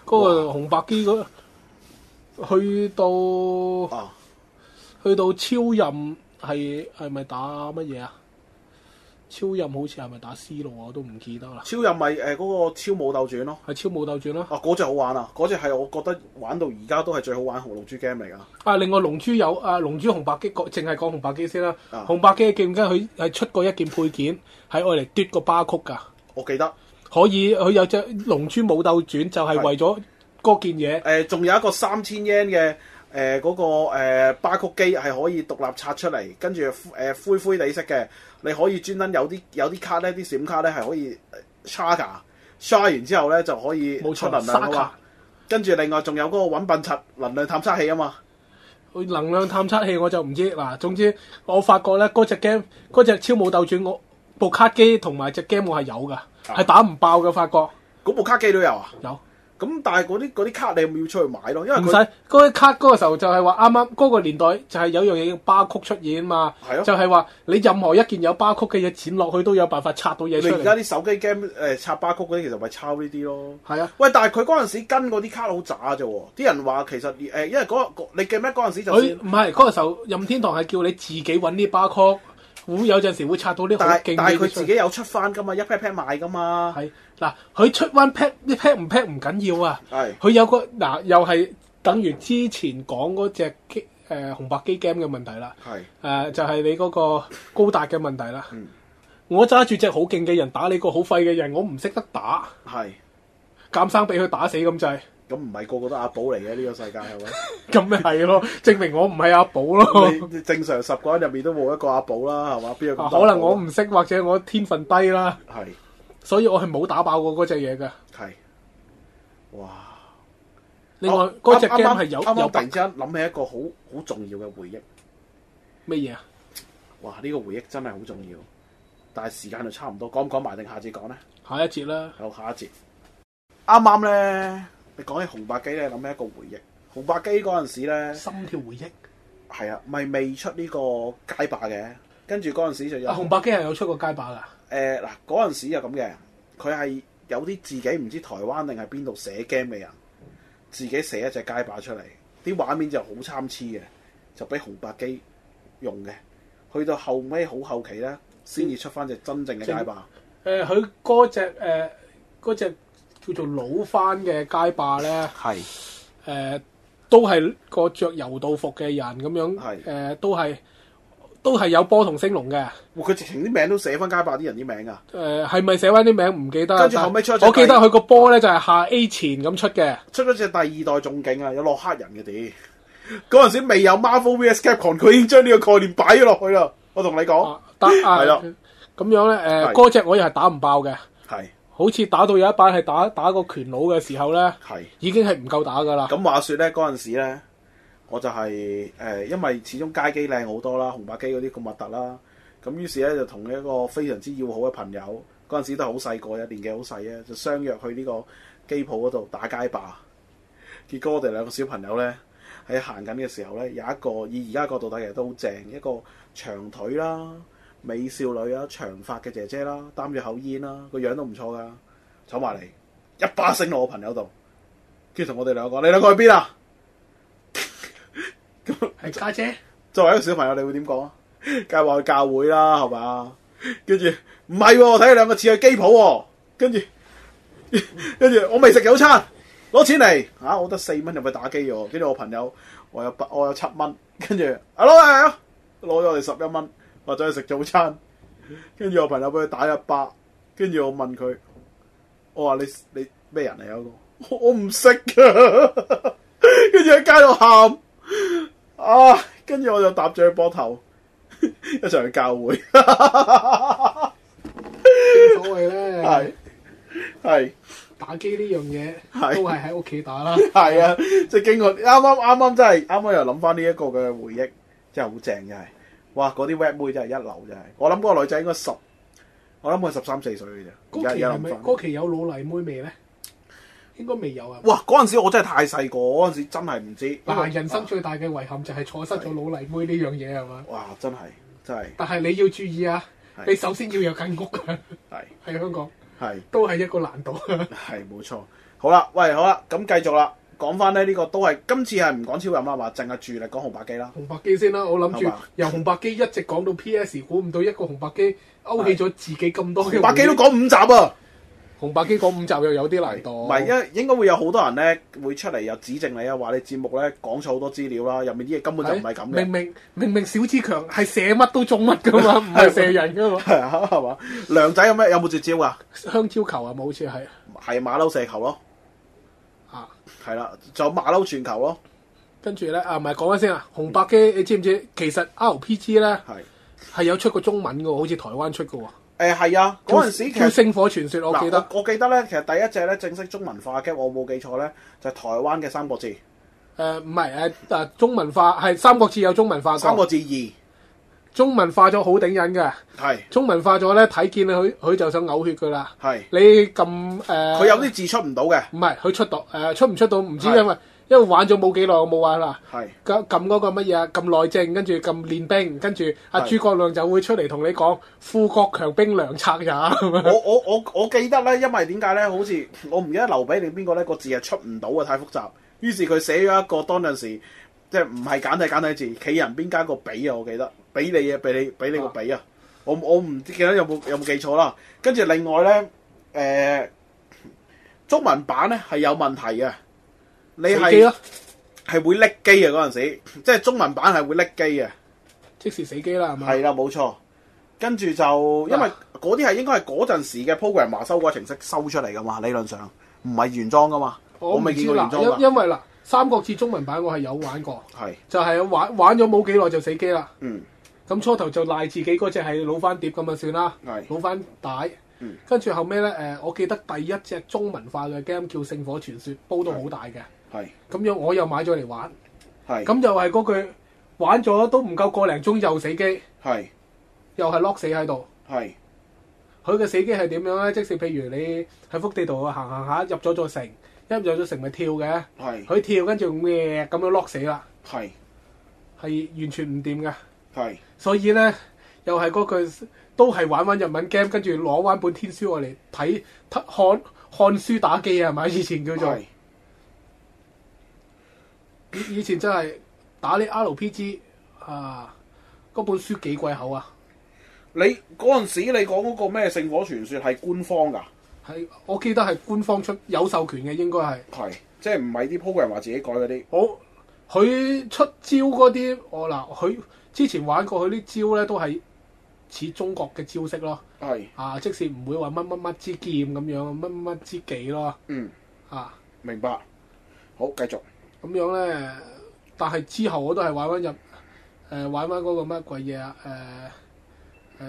C: 嗰個紅白機嗰去到
B: 啊，
C: 去到超任係係咪打乜嘢啊？超任好似係咪打 C 路啊？我都唔記得啦。
B: 超人咪誒嗰個超武鬥傳咯。
C: 係超武鬥傳啦。
B: 啊！嗰只好玩啊！嗰只係我覺得玩到而家都係最好玩紅龍珠 game 嚟㗎。
C: 啊，另外龍珠有啊，龍珠紅白機講，淨係講紅白機先啦。
B: 啊
C: 紅白機記唔記得佢係出過一件配件，係愛嚟嘟個巴曲㗎。
B: 我記得
C: 可以，佢有隻龍珠武鬥傳就係
B: 係
C: 為咗嗰件嘢。
B: 誒，呃仲、有一個三千 yen 嘅誒嗰個、呃、巴曲機係可以獨立拆出嚟，跟住誒、呃灰灰地色嘅，你可以專登有啲有啲卡咧，啲閃卡咧係可以 charge charge 完之後咧就可以
C: 冇錯
B: 出能量啊
C: 沙
B: 嘛
C: 卡。
B: 跟住另外仲有嗰個揾笨柒能量探測器啊嘛，
C: 佢能量探測器我就唔知嗱，總之我發覺咧嗰只 game 嗰只超武鬥轉我部卡機同埋只 game 我係有
B: 啊
C: 噶，係打唔爆嘅發覺
B: 嗰部卡機都有啊。
C: 有
B: 咁但係嗰啲嗰啲卡你有冇要出去買咯？因為
C: 唔
B: 佢
C: 使嗰啲卡嗰個時候就係話啱啱嗰個年代就係有樣嘢叫巴曲出現嘛，
B: 係啊咯
C: 就係話你任何一件有巴曲嘅嘢剪落去都有辦法拆到嘢
B: 你
C: 出
B: 而家
C: 嚟，
B: 啲手機 game 誒插巴曲嗰啲，其實咪抄呢啲咯。
C: 係啊。
B: 喂，但係佢嗰陣時跟嗰啲卡好渣啫喎，啲人話其實誒、因為嗰、嗰你記唔記得嗰陣時就
C: 佢
B: 算，
C: 唔係嗰個時候，任天堂係叫你自己揾啲巴曲，會有陣時會拆到啲好
B: 但
C: 勁
B: 係但係佢
C: 嘅嘢出
B: 自
C: 嚟。
B: 己有出翻噶嘛，一 pair pair 賣噶嘛，
C: 係嗱，佢出 one pack 一 pack 唔 pack 唔緊要啊。
B: 係
C: 佢有個嗱、又係等於之前講嗰只機誒紅白機 game 嘅問題啦。
B: 係
C: 誒、呃就係、你嗰個高達嘅問題啦。
B: 嗯
C: 我揸住只好勁嘅人打你個好廢嘅人，我唔識得打，
B: 係，
C: 減生俾佢打死咁滯，
B: 咁唔係個個都阿寶嚟嘅呢個世界係咪？
C: 咁 咪係咯，證明我唔係阿寶咯。
B: 你你正常十個人入面都冇一個阿寶啦，係嘛？邊有咁多
C: 啊可
B: 阿寶啊
C: 能我唔識，或者我天分低啦，
B: 係
C: 所以我係冇打爆過嗰只嘢嘅。
B: 係，哇！
C: 另外
B: 哦
C: 嗰只
B: 啱啱
C: game 係有
B: 啱
C: 有
B: 啱突然之間諗起一個好好重要嘅回憶。
C: 咩嘢啊？
B: 哇！呢、個回憶真係好重要，但係時間就差唔多，講唔講埋定下次講呢？
C: 下一節啦，
B: 好，下一節。啱啱呢，你講起紅白機咧，諗起一個回憶。紅白機嗰陣時咧，
C: 心跳回憶。
B: 係啊，咪未出呢個街霸嘅，跟住嗰陣時就有
C: 啊，紅
B: 誒
C: 白機係有出過街霸噶。
B: 嗱，嗰陣時啊就咁嘅，佢係有啲自己唔知台灣定係邊度寫 game 嘅人，自己寫一隻街霸出嚟，啲畫面就好參差嘅，就俾紅白機用嘅。去到後尾好後期咧，先至出翻隻真正嘅街霸。
C: 誒佢嗰只誒嗰只叫做老番嘅街霸咧，誒、
B: 係
C: 呃都係個着柔道服嘅人咁樣，
B: 係
C: 誒、都係都係有波同星龍嘅。
B: 哇佢直情啲名都寫翻街霸啲人啲名啊！
C: 誒係咪寫翻啲名唔記得啦？啊
B: 跟住後尾出咗隻
C: 但我記得佢個波咧就係下 A 前咁出嘅，
B: 出咗隻第二代仲勁啊，有洛克人嘅屌！嗰陣時未有 Marvel vs Capcom，佢已經將呢個概念擺咗落去啦。我同你講，
C: 啊得啊
B: 哦係啦
C: 咁樣咧誒，
B: 係
C: 嗰只我又係打唔爆嘅，
B: 係
C: 好似打到有一版係打打個拳佬嘅時候咧，
B: 係。
C: 已經係唔夠打㗎啦。
B: 咁話說咧，嗰陣時咧，我就係、呃因為始終街機靚好多啦，紅白機嗰啲咁核突啦。咁於是咧就同一個非常之要好嘅朋友，嗰陣時都係好細個嘅，年紀好細啊，就相約去呢個機鋪嗰度打街霸。結果我哋兩個小朋友咧喺行緊嘅時候咧，有一個以而家角度睇其實都好正，一個長腿啦、美少女啦、長髮嘅姐姐啦，擔住口煙啦，個樣都唔錯噶，坐埋嚟一巴升落我朋友度。跟住同我哋兩個，你兩個去邊啊？
C: 係家姐，
B: 作為一個小朋友，你會點講啊？ 梗係話去教會啦，係嘛？跟住唔係喎，我睇你兩個似去機鋪喎。跟住 跟住我未食早餐，攞錢嚟嚇、啊我得四蚊入去打機喎。跟住我朋友，我有八，我有七蚊，跟住啊攞嚟啊，攞咗我哋十一蚊，或者去食早餐。跟住我朋友俾佢打一百，跟住我問佢，我話你你咩人嚟啊？我我唔識噶， 跟住喺街度喊。啊！跟住我就搭住佢膊頭， 一齊去教會，
C: 正所謂咧
B: 係
C: 嗯
B: 係
C: 打機呢樣嘢
B: 係
C: 都係喺屋 企打啦。
B: 係啊！即係經過啱啱啱啱真係啱啱又諗翻呢一個嘅回憶，真係好正真係。哇！嗰啲 rap 妹真係一流真係。我諗嗰個女仔應該十，我諗佢十三四歲嘅啫。而家
C: 嗰
B: 而
C: 期
B: 家
C: 係咪
B: 諗翻，
C: 嗰期有老泥妹未咧？應該未有啊。
B: 哇！嗰陣時我真係太細個，嗰陣時真係唔知。
C: 嗱，人
B: 啊
C: 生最大嘅遺憾就係錯失咗老泥妹呢樣嘢係嘛？
B: 哇！真係真係
C: 但係你要注意啊，
B: 係
C: 你首先要有間屋啊，
B: 係
C: 喺香港
B: 係。
C: 都係一個難度。
B: 係冇錯。好啦，喂，好啦，咁繼續啦，講翻咧呢個都係今次係唔講超人啦，話淨係住力講紅白機啦。
C: 紅白機先啦，我諗
B: 係
C: 住
B: 嘛
C: 由紅白機一直講到 PS，估唔到一個紅白機勾起咗自己咁多嘅回憶。
B: 紅白機都講五集啊，
C: 紅白機講五集又有啲難度。
B: 唔係因為應該會有好多人咧會出嚟又指正你啊，話你節目咧講錯好多資料啦，入面啲嘢根本就唔係咁
C: 明
B: 嘅，
C: 明明明小志強係射乜都中乜 噶嘛，唔係射人噶嘛。
B: 係啊，係嘛？梁仔有咩有冇絕招啊？
C: 香蕉球啊，冇好似係
B: 係馬騮射球咯，
C: 啊。
B: 係啦，仲有馬騮傳球咯，
C: 跟住咧啊，唔係講緊先啊，紅白機你知唔知？其實 RPG 咧
B: 係
C: 係有出過中文嘅喎，好似台灣出嘅喎。
B: 誒係啊，嗰陣時其
C: 叫《
B: 實。
C: 星火傳說》，我
B: 嗱
C: 記得
B: 我我記得咧，其實第一隻咧正式中文化嘅，我冇記錯咧，就係台灣嘅《三國志》，
C: 誒呃唔係誒誒中文化係《三國志》有中文化
B: 《三
C: 過，
B: 國志二
C: 中文化咗好頂癮嘅，》
B: 係
C: 中文化咗咧睇見佢佢就想嘔血噶啦。
B: 係。
C: 你咁誒，
B: 佢有啲字出唔到嘅，
C: 唔係佢出到誒出唔出到唔知，
B: 係
C: 因為因為玩咗冇幾耐，我冇玩啦。
B: 係
C: 撳撳嗰個乜嘢啊？撳內政，跟住撳練兵，跟住阿
B: 係
C: 諸葛亮就會出嚟同你講：富國強兵良策也。
B: 我我我我記得咧，因為點解咧？好似我唔記得劉備定邊個咧個字係出唔到啊，太複雜。於是佢寫咗一個當陣時，即係唔係簡體簡體字，企人邊加個比啊，我記得俾你啊，俾你俾你個比啊。我我唔記得有冇有冇記錯啦。跟住另外咧，誒、中文版咧係有問題嘅，你
C: 死機
B: 係
C: 咯，
B: 係會匿機嘅啊嗰陣時，即係中文版係會匿機嘅。
C: 即時死機啦，係咪？
B: 係啦，冇錯。跟住就因為
C: 嗱
B: 嗰啲係應該係嗰陣時嘅 programmer 修改程式修出嚟噶嘛，理論上唔係原裝噶嘛。我
C: 唔
B: 未見
C: 知
B: 過
C: 啦
B: 原，裝
C: 因
B: 㗎。
C: 因為嗱，《三國志》中文版我係有玩過，
B: 係，
C: 就係玩玩咗冇幾耐就死機啦。
B: 嗯，
C: 咁初頭就賴自己嗰只係老翻碟咁啊算啦，
B: 係
C: 老翻帶
B: 嗯。
C: 跟住後尾咧，誒、我記得第一隻中文化嘅 game 叫《聖火傳說》，煲到好大嘅。
B: 係，
C: 咁樣我又買咗嚟玩，
B: 係，
C: 咁又係嗰句玩咗都唔夠個零鐘又死機，
B: 係，
C: 又係 lock 死喺度。
B: 係，
C: 佢嘅死機係點樣咧？即使譬如你喺幅地度行行下入咗座城，一入咗座城咪跳嘅，
B: 係，
C: 佢跳跟住咩咁樣 lock 死啦，
B: 係，
C: 係完全唔掂嘅。
B: 係，
C: 所以咧，又係嗰句，都係玩玩日文 game，跟住攞翻本天書我嚟睇睇看看書打機啊，係咪？ 以前叫做
B: 係，
C: 以以前真係打啲 RPG 啊，嗰本書幾貴厚啊！
B: 你嗰陣時你講嗰個咩聖火傳說係官方㗎，
C: 係我記得係官方出有授權嘅，應該係
B: 係，即係唔係啲 programmer 自己改嗰啲。
C: 我佢出招嗰啲，我嗱佢之前玩過佢啲招咧，都係似中國嘅招式咯。
B: 係，
C: 啊，即使唔會話乜乜乜之劍咁樣，乜乜乜之技咯。
B: 嗯，
C: 啊，
B: 明白。好，繼續。
C: 咁樣咧，但係之後我都係玩翻入誒、玩翻嗰個乜鬼嘢啊誒誒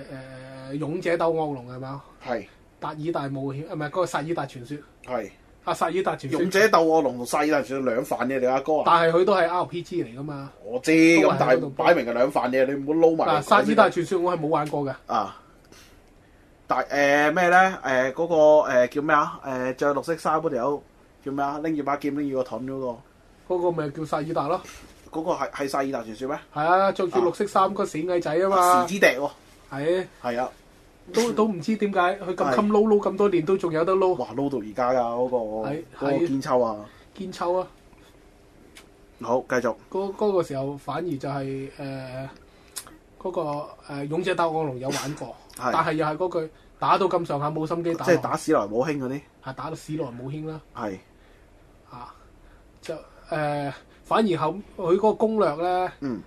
C: 誒勇者鬥惡龍係咪啊？
B: 係
C: 達爾大冒險啊，唔係嗰個薩爾達傳說
B: 係，
C: 啊，薩爾達傳
B: 勇
C: 說，
B: 者鬥惡龍同細但算兩飯嘢，你阿哥啊！
C: 但係佢都係 RPG 嚟噶嘛。
B: 我知
C: 都
B: 咁
C: 係，
B: 但
C: 喺度
B: 係擺明係兩飯嘢，你唔好撈埋嚟
C: 嗱，薩
B: 講
C: 爾
B: 先
C: 達
B: 啦。
C: 傳說我係冇玩過嘅，
B: 啊！但誒咩咧？誒嗰、個、呃、叫咩啊？誒、着綠色衫嗰條友叫咩啊？拎住把劍，拎住個盾嗰、
C: 嗰、個咪叫薩爾達咯。
B: 個，嗰、個係係《薩爾達傳説》咩？
C: 係啊，着住綠色衫嗰個死矮仔啊嘛
B: 時，之笛喎，
C: 係
B: 係啊！
C: 都都唔知點解佢咁
B: 係
C: 襟撈撈咁多年都仲有得撈
B: 哇，撈到而家㗎嗰個嗰
C: 係
B: 個
C: 係
B: 堅秋啊！
C: 堅秋啊！
B: 好，繼續
C: 嗰嗰個時候反而就係誒嗰個誒勇者鬥惡龍有玩過，
B: 係
C: 但係又係嗰句打到咁上下冇心機打落，
B: 即係打史萊姆兄嗰啲
C: 係打到史萊姆興啦
B: 係
C: 嚇，就誒、呃反而後佢嗰個攻略咧誒、
B: 嗯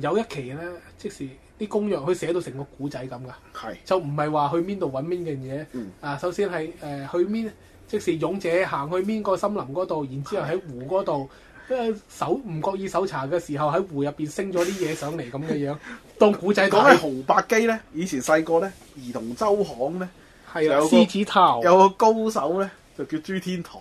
C: 有一期咧，即是啲攻略佢寫到成個古仔咁噶，
B: 係
C: 就唔係話去邊度揾邊樣嘢
B: 嗯
C: 啊。首先係誒、呃去邊，即是勇者行去邊個森林嗰度，然之後喺湖嗰度。呃搜唔覺意搜查嘅時候，喺湖入邊升咗啲嘢上嚟咁嘅 樣，當古仔
B: 講
C: 睇
B: 起紅白機咧，以前細個咧，兒童周刊咧
C: 係啦，
B: 有個
C: 獅子頭
B: 有個高手咧就叫朱天堂。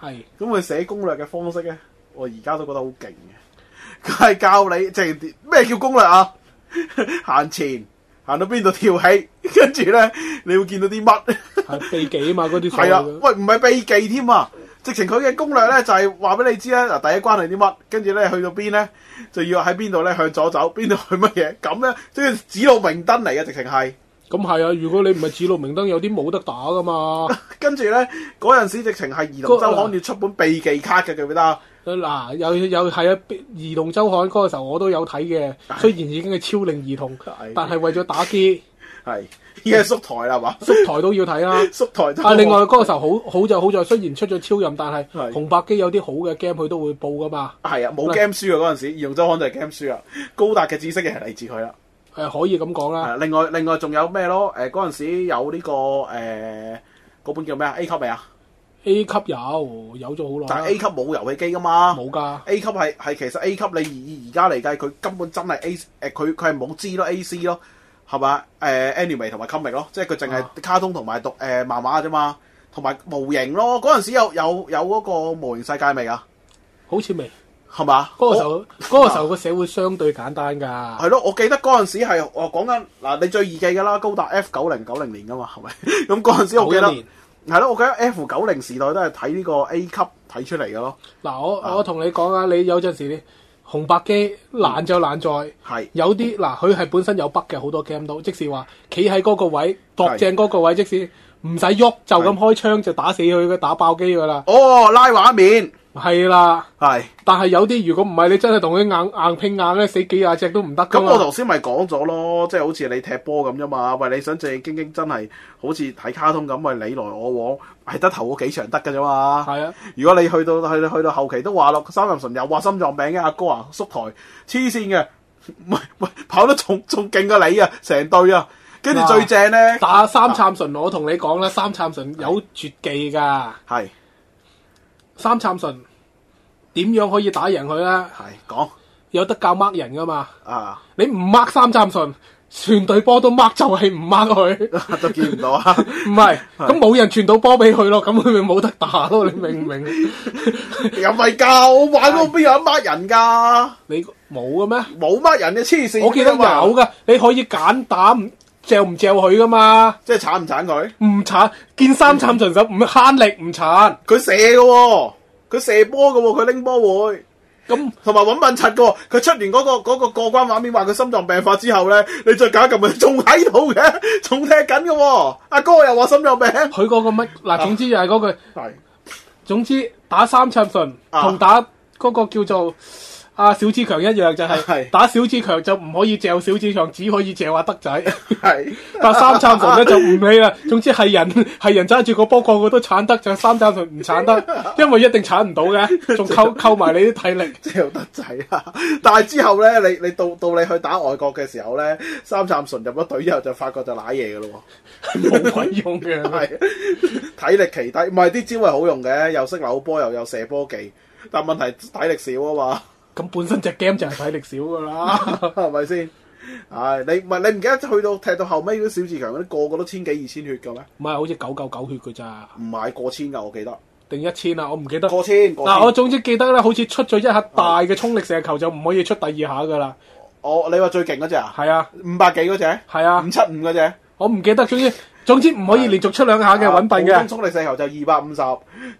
C: 係
B: 咁佢寫攻略嘅方式咧，我而家都覺得好勁嘅。佢係教你即係咩叫攻略啊？ 行前行到邊度跳起，跟住咧你會見到啲乜？
C: 係秘技啊嘛，嗰啲所謂
B: 係啊，
C: 嘅
B: 喂，唔係秘技添啊！直情佢嘅攻略咧就係話俾你知咧，嗱第一關係啲乜，跟住咧去到邊咧就要喺邊度咧向左走，邊度去乜嘢咁咧，即係指路明燈嚟嘅，直情係。
C: 咁係啊，如果你唔係指路明燈，有啲冇得打噶嘛。
B: 跟住咧嗰陣時直情係兒童周刊要出本秘技卡嘅，記唔記得啊？
C: 嗱，有有係啊，兒童周刊嗰個時候我都有睇嘅，雖然已經係超齡兒童，但係為咗打機，
B: 係而家係縮台啦，係嘛？
C: 縮台都要睇啦。
B: 縮台就
C: 啊！另外嗰個時候好好就好在，雖然出咗超任，但係
B: 係
C: 紅白機有啲好嘅 game 佢都會報噶嘛。
B: 係啊，冇 game 輸啊嗰陣時，兒童周刊就係 game 輸啊。高達嘅知識係嚟自佢啦。
C: 誒、可以咁
B: 係
C: 講啦。
B: 啊另外另外仲有咩咯？誒嗰陣時有呢、個誒嗰、本叫咩啊？A 級未啊？
C: A 級有有咗好
B: 但係
C: 耐啦
B: A 級冇遊戲機噶嘛。
C: 冇㗎，
B: A 級係係其實 A 級你以而家嚟計，佢根本真係 A 誒佢佢係冇 G 咯 AC 咯，係嘛？誒、anime 同埋 comic 咯，即係佢淨
C: 啊
B: 係卡通同埋讀誒、漫畫啫嘛，同埋模型咯。嗰陣時有有有嗰個模型世界未啊？
C: 好似未
B: 係嘛？
C: 嗰個時
B: 我
C: 候，嗰個時候個社會相對簡單㗎。
B: 係咯，我記得嗰陣時係我講緊嗱，你最易記㗎啦，高達 F 九零九零年㗎嘛，係咪？ 咁嗰陣時我
C: 九
B: 記
C: 一
B: 得
C: 年
B: 係咯，我記得 F 九零時代都係睇呢個 A 級睇出嚟嘅咯，
C: 嗱，我我同你講啊，你有陣時你紅白機難就難在
B: 係
C: 有啲嗱，佢係本身有北嘅好多 game 都，即使話企喺嗰個位，度正嗰個位，即使唔使喐就咁開槍就打死佢，佢打爆機㗎啦，
B: 哦拉畫面
C: 係啦。
B: 係。
C: 但係有啲如果唔係你真係同佢硬硬拼硬咧，死幾廿隻都唔得噶
B: 咁我
C: 嘛。
B: 頭先咪講咗咯，即係好似你踢波咁啫嘛。喂，你想正正經經真係好似睇卡通咁，喂你來我往，係得頭嗰幾場得嘅啫嘛。
C: 係啊，
B: 如果你去到去到去到後期都話落三林神又話心臟病嘅阿哥啊，縮台黐線嘅， 唔係唔係跑得仲仲勁過你啊，成隊啊，跟住
C: 嗱
B: 最正咧
C: 打三杉純，我同你講啦，三杉純有絕技㗎。
B: 係
C: 三杉純點樣可以打贏佢咧？
B: 係講
C: 有得教 mark 人㗎嘛？
B: 啊，
C: 你唔 mark 三杉純，全隊波都 mark 就係唔 mark 佢，
B: 都見唔到啊，
C: 唔係咁冇人傳到波俾佢咯，咁佢咪冇得打咯？你明 唔明？
B: 又咪㗎，我玩嗰個邊有一 mark 人㗎，
C: 你冇嘅咩？
B: 冇 mark 人嘅黐線㗎嘛，
C: 我記得有㗎，你可以揀打唔嚼唔嚼佢㗎嘛？
B: 即係鏟唔鏟佢？
C: 唔殘，見三慘盡手，唔慳力唔殘。
B: 佢射嘅喎，佢射波嘅喎，佢拎波會，
C: 咁
B: 同埋揾笨柒嘅喎。佢出完嗰、個嗰、個過關畫面，話佢心臟病發之後咧，你再搞一撳佢仲喺度嘅， 仲踢緊嘅喎。阿哥又話心臟病，
C: 佢嗰個乜
B: 啊
C: 嗱，總之就係嗰句，
B: 係
C: 總之打三慘盡
B: 啊
C: 同打嗰個叫做阿小志強一樣就係、
B: 係
C: 打小志強就唔可以嚼小志強，只可以嚼阿德仔。
B: 係
C: 但三撐神咧就唔理啦，總之係人 係人揸住個波個個都鏟得，就三撐神唔鏟 得，因為一定鏟唔到嘅，仲扣扣埋你啲體力。
B: 即係有得滯啦。但係之後咧，你你到到你去打外國嘅時候咧，三站純入咗隊之後就發覺就賴嘢嘅咯
C: 冇鬼用
B: 喎，
C: 嘅。
B: 係體力奇低，唔係啲招係好用嘅，又識扭波又有射波技，但問題體力少啊嘛。
C: 咁本身隻 game 就係體力少噶啦，
B: 係咪先？唉，你唔係你唔記得去到踢到後尾嗰啲小志強嗰啲個個都千幾二千血嘅咩？
C: 唔係好似九九九血嘅咋，
B: 唔係過千㗎，我記得
C: 定一千啊？我唔記得。
B: 過千過
C: 嗱，我
B: 千。
C: 總之記得咧，好似出咗一下大嘅衝力射球就唔可以出第二下噶啦。
B: 我你話最勁嗰只啊？
C: 係啊，
B: 五百幾嗰只？
C: 係啊
B: 五，七五嗰只？
C: 我唔記得。總之總之唔可以連續出兩下嘅
B: 啊
C: 揾笨
B: 普通
C: 嘅。
B: 衝力射球就二百五十，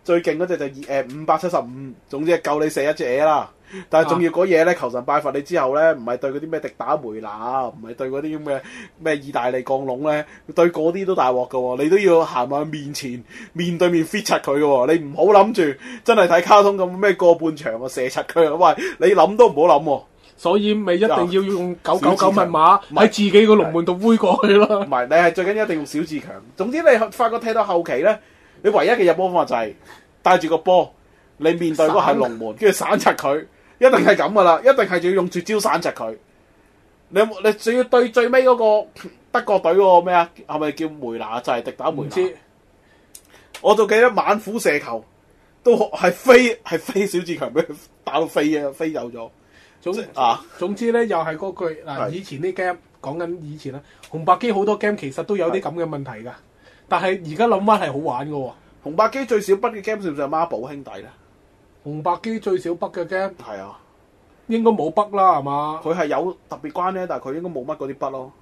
B: 最勁嗰隻就二呃誒五百七十五，總之係夠你射一隻嘢啦。但
C: 啊
B: 係仲要嗰嘢咧，求神拜佛你之後咧，唔係對嗰啲咩迪打梅拿，唔係對嗰啲咁嘅咩意大利降龍咧，對嗰啲都大鑊㗎喎，你都要行埋面前面對面 fit 柒佢嘅喎，你唔好諗住真係睇卡通咁咩過半場啊射柒佢啊，喂你諗都唔好諗喎。
C: 所以咪一定要用九九九密碼
B: 唔係
C: 喺自己個龍門度揮過去咯
B: 唔。係，你係最緊要一定用小志強。總之你發覺踢到後期咧，你唯一嘅入波方法就係帶住個波，你面對嗰個係龍門，跟住散拆佢，一定係咁噶啦，一定係仲要用絕招散拆佢。你有冇你仲要對最尾嗰個德國隊嗰個咩啊？係咪叫梅拿？就係、迪打梅
C: 唔
B: 拿。
C: 知
B: 我就記得猛虎射球都係飛係飛小志強俾佢打到飛嘅，飛走咗。
C: 總
B: 即係啊
C: 總之咧，又係嗰句嗱，
B: 係
C: 以前啲 game 講緊以前啦，紅白機好多 game 其實都有啲咁嘅問題㗎。但係而家諗翻係好玩嘅喎，
B: 紅白機最少筆嘅 game 算唔算係孖寶兄弟咧？
C: 紅白機最少北嘅 game
B: 係啊，
C: 應該冇北啦，係嘛？
B: 佢係有特別關咧，但係佢應該冇乜嗰啲筆咯。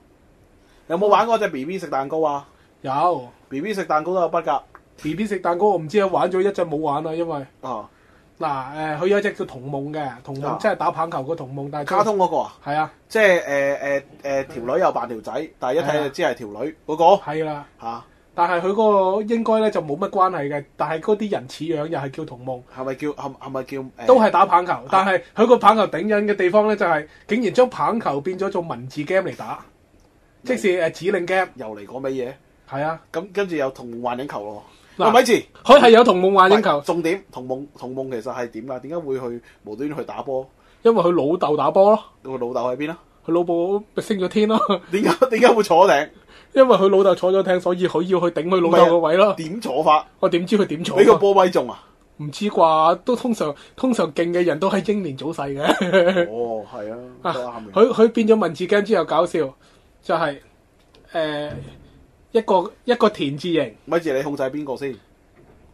B: 有
C: 嗯
B: 冇玩過只 B B 食蛋糕啊
C: 有
B: ？B B 食蛋糕都有筆㗎
C: B B 食蛋糕，我唔知啊，玩咗一陣冇玩啦，因為
B: 啊！
C: 嗱誒，佢有一隻叫童夢嘅，童夢
B: 啊
C: 即係打棒球個童夢，但係
B: 卡通嗰個啊，
C: 係啊
B: 即係誒誒誒條女又扮條仔，但係一
C: 啊
B: 睇就知係條女嗰個
C: 係啦，
B: 嚇，
C: 但係佢嗰個應該咧就冇乜關係嘅，但係嗰啲人似樣又係叫童夢。
B: 係咪叫係係咪叫呃誒？啊
C: 都係打棒球，但係佢個棒球頂癮嘅地方咧，就係竟然將棒球變咗做文字 game 嚟打，即是誒指令 game，
B: 又嚟講乜嘢？
C: 係啊，
B: 咁跟住又同夢幻影球咯。
C: 嗱
B: 嗱，咪住
C: 佢係有同夢幻影
B: 唔係
C: 球，
B: 重點同夢同夢其實係點㗎？點解會去無端端去打波？
C: 因為佢老豆打波咯，
B: 個老豆喺邊啊？
C: 佢老母咪升咗天咯，
B: 點解 點解會坐艇？
C: 因為佢老豆坐咗艇，所以佢要去頂佢老豆個位咯。
B: 點坐法？
C: 我點知佢點做
B: 啊俾個
C: 啊？
B: 波威中 啊！
C: 唔知啩？都通常通常勁嘅人都係英年早逝嘅。
B: 哦，係啊，都啱嘅。
C: 佢佢變咗文字 game 之後搞笑，就係、呃一個一個田字形，
B: 咪住你控制邊個先？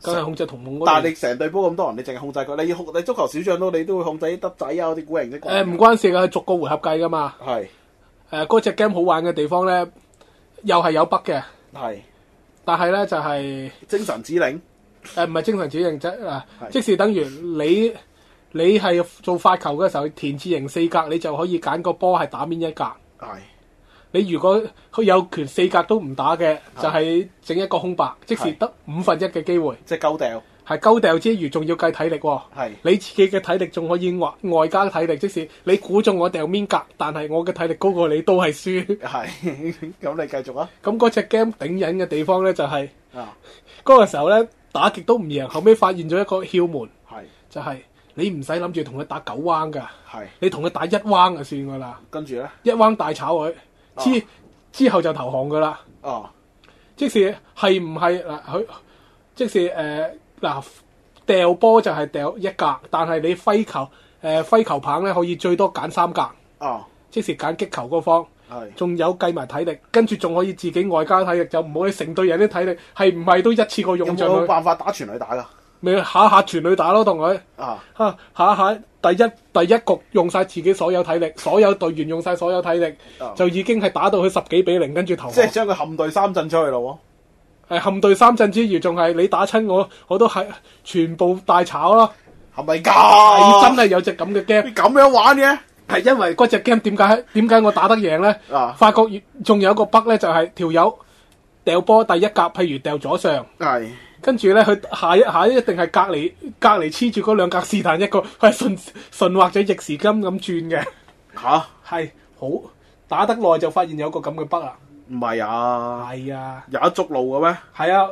C: 梗係控制同夢嗰
B: 但
C: 邊
B: 係你成隊波咁多人，你淨係控制佢，你要控你足球小將都你都會控制啲得仔啊嗰啲古靈精怪。
C: 誒唔關事㗎，佢逐個回合計㗎嘛。
B: 係
C: 誒嗰只 game 好玩嘅地方咧，又係有北嘅，
B: 係
C: 但係咧就係
B: 精神指令
C: 誒唔係精神指形啫啊，
B: 係
C: 即是等於你你係做發球嘅時候，田字形四格，你就可以揀個波係打面一格。
B: 係
C: 你如果佢有權四格都唔打嘅，
B: 係
C: 就係整一個空白，即是
B: 係
C: 得五分一嘅機會，
B: 即係鳩掉
C: 係鳩掉之餘，仲要計體力喎、
B: 係
C: 你自己嘅體力仲可以外外加體力，即使你估中我掉面格，但係我嘅體力高過你都係輸。
B: 係咁，你繼續啊
C: 咁嗰只 game 頂癮嘅地方咧，就係、
B: 啊
C: 嗰個時候咧打極都唔贏，後尾發現咗一個竅門，
B: 係
C: 就係、你唔使諗住同佢打九彎噶，
B: 係
C: 你同佢打一彎就算噶啦，
B: 跟住咧
C: 一彎大炒佢，之、之後就投降噶啦。
B: 啊
C: 即使係唔係嗱佢，即使誒嗱掉波就係掉一格，但係你揮球誒、呃、揮球棒咧可以最多揀三格，
B: 啊
C: 即使揀擊球嗰方。
B: 係
C: 仲有計埋體力，跟住仲可以自己外加體力，就唔好你成隊人啲體力係唔係都一次過
B: 有
C: 用盡
B: 冇
C: 佢，
B: 辦法打全壘打㗎
C: 咪下下全隊打咯，同佢
B: 啊？
C: 嚇下下第一第一局用晒自己所有體力，所有隊員用晒所有體力，
B: 啊
C: 就已經係打到佢十幾比零，跟住投
B: 即
C: 降
B: 係。將佢冚隊三陣出去咯
C: 誒冚隊三陣之餘，仲係你打親我，我都係全部大炒咯。
B: 喎，係咪
C: 係真
B: 㗎？
C: 係有隻咁嘅 game，
B: 你咁樣玩嘅
C: 哦係因為嗰隻 game 點解點解我打得贏呢？
B: 啊
C: 發覺仲有一個北呢，就係條友掉波第一格，譬如掉左上。
B: 係
C: 跟住咧，佢下一下一定係隔離隔離黐住嗰兩格是但一個，佢係順順或者逆時針咁轉嘅，
B: 吓，
C: 係好打得耐就發現有個咁嘅筆啦。
B: 唔係啊，
C: 係啊，
B: 有得捉路嘅咩？
C: 係啊，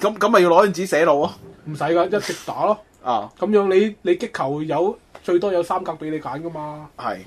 B: 咁咁咪要攞張紙寫路咯。
C: 唔使噶，一直打咯。
B: 啊，
C: 咁樣你你擊球有最多有三格俾你揀噶嘛。
B: 係。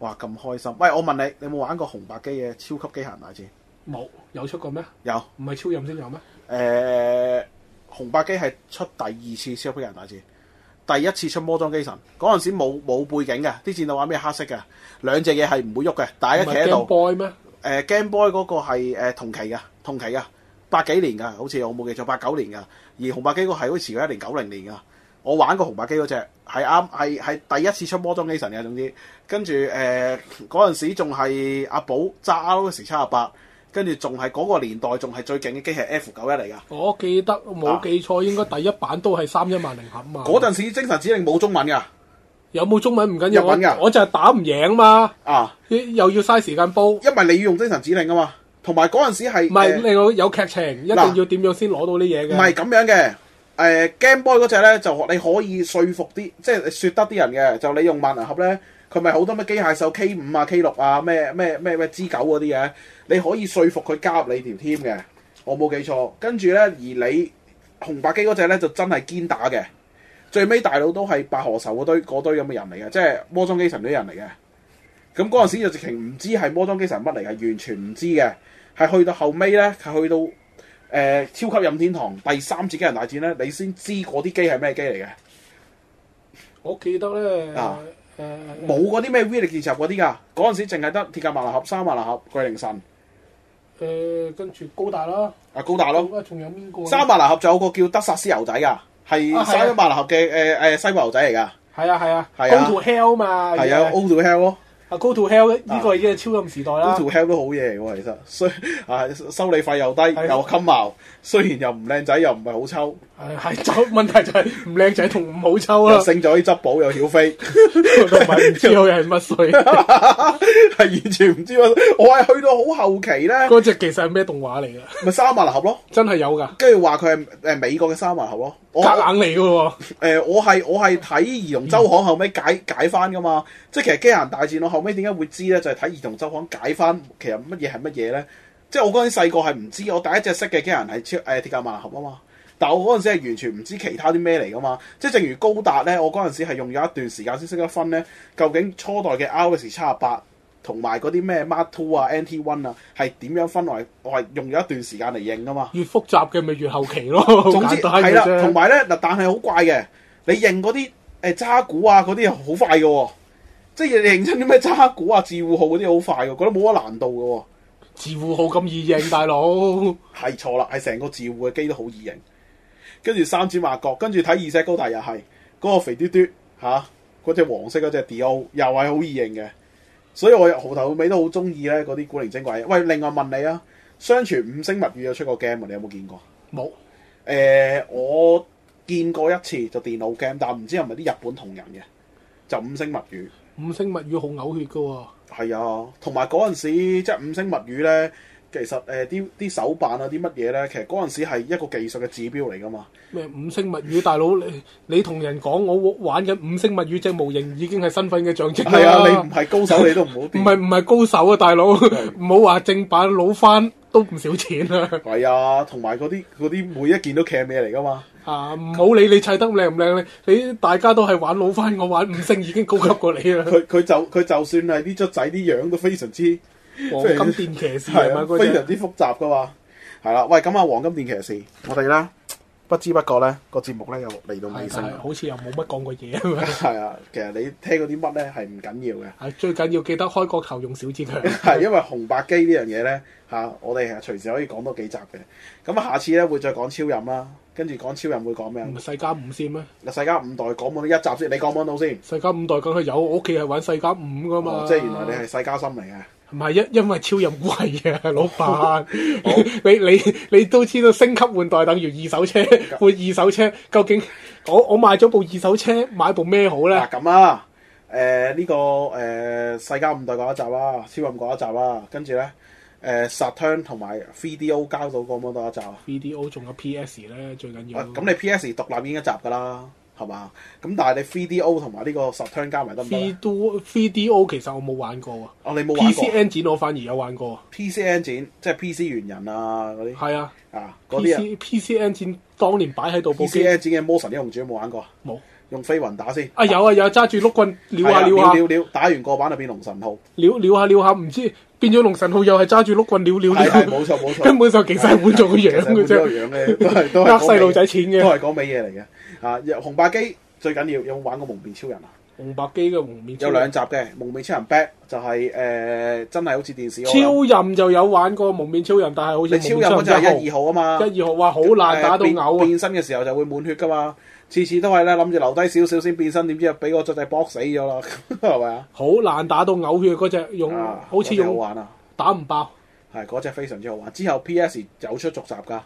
B: 哇，咁開心！喂，我問你，你有冇玩過紅白機嘅超級機械人大戰？
C: 冇有出過咩？
B: 有。
C: 唔係超任先有咩？
B: 誒、紅白機係出第二次超級人大戰，第一次出魔裝機神嗰陣時冇冇背景嘅，啲戰鬥畫面係黑色嘅，兩隻嘢係唔會喐嘅，但係一
C: 唔
B: 企
C: 係
B: 喺
C: Game
B: 度。
C: Boy 咩？
B: 誒、Game 呃 Boy 嗰個係、誒同期嘅，同期嘅，八幾年㗎，好似我冇記錯，八九年㗎。而紅白機嗰個係好似遲過一年九零年㗎。我玩過紅白機嗰只係啱係係第一次出魔裝機神嘅，總之跟住誒嗰陣時仲係阿寶揸 R 時七廿八，跟住仲係嗰個年代仲係最勁嘅機係 F 九一嚟㗎。
C: 我記得冇記錯，應該第一版都係三一萬零盒嘛。
B: 啊嗰陣時精神指令冇中文㗎，
C: 有冇中文唔緊要，
B: 日文㗎
C: 我我就係打唔贏嘛，
B: 啊，
C: 又要嘥時間煲。唔
B: 因為你要用精神指令啊嘛，同埋嗰陣時係呃
C: 係
B: 誒
C: 你有有劇情，一定
B: 嗱
C: 要點樣先攞到呢嘢嘅。
B: 唔係咁樣嘅。誒、Game Boy 嗰只咧，就你可以說服啲，即係説得啲人嘅。就你用萬能盒咧，佢咪好多咩機械獸 K 五啊、K 六啊、咩咩咩咩 G 九嗰啲嘅，你可以說服佢加入你條 team 嘅。我冇記錯。跟住咧，而你紅白機嗰只咧就真係堅打嘅。最尾大佬都係白河愁嗰堆嗰堆咁嘅人嚟嘅，即係魔裝機神嗰啲人嚟嘅。咁嗰陣時就直情唔知係魔裝機神乜嚟嘅，完全唔知嘅。係去到後尾咧，係去到誒、超級任天堂第三次機人大戰咧，你先知嗰啲機係咩機嚟嘅，
C: 我記得咧，
B: 啊
C: 誒
B: 冇嗰啲咩 V 力戰集嗰啲噶，嗰陣時淨係得鐵甲萬能俠、三萬能俠、巨靈神、
C: 誒跟住高達啦，
B: 啊高達咯，
C: 啊仲有邊個呢？
B: 三萬能俠仲有個叫德薩斯牛仔噶，係
C: 啊係啊
B: 三萬能俠嘅誒誒西瓜牛仔嚟噶，
C: 係啊係啊
B: 係啊
C: ，Go to Hell 嘛，
B: 係啊 O to Hell 咯
C: 啊 Go to Hell 呢個已經係超任時代
B: ，O
C: 啦。
B: to Hell 都好嘢喎，其實，雖 啊收理費又低
C: 係
B: 又襟茅，雖然又唔靚仔又唔係好抽，
C: 係係 就問題就係唔靚仔同唔好啊抽
B: 又
C: 啦，
B: 勝咗啲執寶又曉飛。
C: 同埋唔知佢係乜水。
B: 係完全唔知喎，我係去到好後期咧，
C: 嗰只其實係咩動畫嚟㗎？
B: 咪三萬能俠咯，
C: 真係有㗎，
B: 跟住話佢係誒美國嘅三萬能俠咯。我
C: 隔硬嚟㗎喎。
B: 誒、我係我係睇兒童周刊後尾解解翻噶嘛，即係其實《機械人大戰》我後尾點解會知咧，就係、睇兒童周刊解翻其實乜嘢係乜嘢咧。即係我嗰陣細個係唔知，我第一隻識嘅機械人係超誒、鐵甲萬能俠啊嘛。但我嗰陣時係完全唔知其他啲咩嚟噶嘛。即係正如高達咧，我嗰陣時係用咗一段時間先識得分咧，究竟初代嘅 RS 七廿八同埋嗰啲咩 Mark Two 啊、NT One 啊係點樣分，我係我係用咗一段時間嚟認噶嘛。
C: 越複雜嘅咪越後期咯，好
B: 總之
C: 簡單
B: 係
C: 嘅
B: 啦，同
C: 啫。
B: 埋咧嗱，但係好怪嘅，你認嗰啲誒渣古啊嗰啲好快嘅喎、即係你認真啲咩渣古啊、自護號嗰啲好快嘅，覺得冇乜難度
C: 自護號咁易認，大佬
B: 嘅喎、係錯啦，係成個自護嘅機都好易認，跟住三指馬角，跟住睇二石高大又係嗰個肥嘟嘟嚇，嗰、隻黃色嗰只 D.O 又係好易認嘅，所以我由頭到尾都好中意咧嗰啲古靈精怪嘢。喂，另外問你啊，相傳五星物語有出過 game 啊，你有冇見過？
C: 冇。
B: 誒、呃我見過一次就電腦 game，但唔知係咪啲日本同人嘅，就五星物語。
C: 五星物語好嘔血㗎喎，
B: 係啊，同埋嗰陣時即係五星物語咧，其實誒啲啲手辦啊啲乜嘢咧，其實嗰陣時係一個技術嘅指標嚟噶嘛。
C: 咩五星物語，大佬你你同人講我玩緊五星物語隻模型已經係身份嘅象徵
B: 係啊，你唔
C: 啦。
B: 係高手你都唔好
C: 唔
B: 掂。
C: 係唔係高手啊，大佬，唔好話正版老翻都唔少錢啊！
B: 係啊，同埋嗰啲嗰啲每一件都騎咩嚟噶嘛。
C: 啊，唔好理你砌得靚唔靚，你你大家都係玩老翻，我玩五星已經高級過你 啦。
B: 佢佢就佢就算係啲卒仔啲樣都非常之。
C: 黃金電騎士
B: 係
C: 係咪
B: 啊，
C: 嗰
B: 非常
C: 只？
B: 之複雜噶嘛。係啦，喂，咁啊，黃金電騎士，我哋咧不知不覺咧個節目咧又嚟到尾
C: 係
B: 聲
C: 係，
B: 啦。
C: 好似又冇乜講過嘢咁樣。
B: 係啊，其實你聽嗰啲乜咧係唔緊要嘅，
C: 係最緊要記得開個頭用小指強。
B: 係因為紅白機呢樣嘢咧嚇，我哋係隨時可以講多幾集嘅。咁啊，下次咧會再講超任啦，跟住講超任會講咩啊
C: 唔？係世嘉五先咩？
B: 嗱，世嘉五代講唔到一集先，你講唔講到先？
C: 世嘉五代梗係有，我屋企係玩世嘉五噶嘛。
B: 哦即係原來你係世嘉心嚟嘅。
C: 唔係因因為超任貴啊，老 闆。 你你你都知道升級換代等於二手車，換二手車究竟我我買咗部二手車，買部咩好
B: 嗱
C: 咧？
B: 咁啊，誒、呢、個誒、世界五代嗰一集啦，超任嗰一集啦，跟住咧誒 Saturn 同埋 3DO 交到過唔多一集啊？
C: VDO 仲有 PS 咧，最緊
B: 喂
C: 要。
B: 啊咁你 PS 獨立已經一集㗎啦，係嘛？咁但係你 3DO 同埋呢個 Saturn 加埋得唔得
C: three
B: 咧？
C: do three do 其實我冇玩過啊
B: 哦，你冇玩
C: ，PC
B: 過
C: engine 我反而有玩過啊，
B: PC engine，即係 PC 猿人啊嗰啲
C: 係啊
B: 啊嗰啲啊
C: ，PC PC engine 當年擺喺度部
B: PC
C: 機
B: engine 嘅魔神英雄主有冇玩過啊？
C: 冇
B: 用飛雲打先。
C: 啊，有啊有啊揸住碌棍撩
B: 係
C: 下
B: 啊
C: 撩下
B: 撩撩，打完個版就變龍神號。
C: 撩撩下撩下，唔知變咗龍神號又係揸住碌棍撩撩
B: 係係冇
C: 撩，
B: 錯冇錯，
C: 根本上其實係換做個 樣
B: 其實換
C: 嘅
B: 咗個
C: 啫，
B: 樣 咧，都係都係
C: 呃
B: 講美
C: 細路仔錢
B: 都
C: 嘅。
B: 係講美嘢嚟嘅。啊，紅白機最緊要有冇玩過蒙面超人啊？
C: 紅白機嘅蒙面超
B: 有兩
C: 人
B: 集嘅蒙面超人 Back 就係、呃真係好似電視嗰個
C: 超任就有玩過蒙面超人，但係好似
B: 你超人嗰
C: 蒙
B: 陣係一
C: 面
B: 二號啊嘛
C: 超。人一號，一二號哇好難打到
B: 誒變
C: 嘔啊！
B: 變身嘅時候就會滿血噶嘛，次次都係咧諗住留低少少先變身，點知俾個雀仔搏死咗啦， 係咪啊？
C: 好難打到嘔血嗰只用，
B: 啊
C: 好似
B: 嗰隻好
C: 用
B: 玩啊！
C: 打唔爆。
B: 係嗰只非常之好玩。之後 P.S. 有出續集㗎，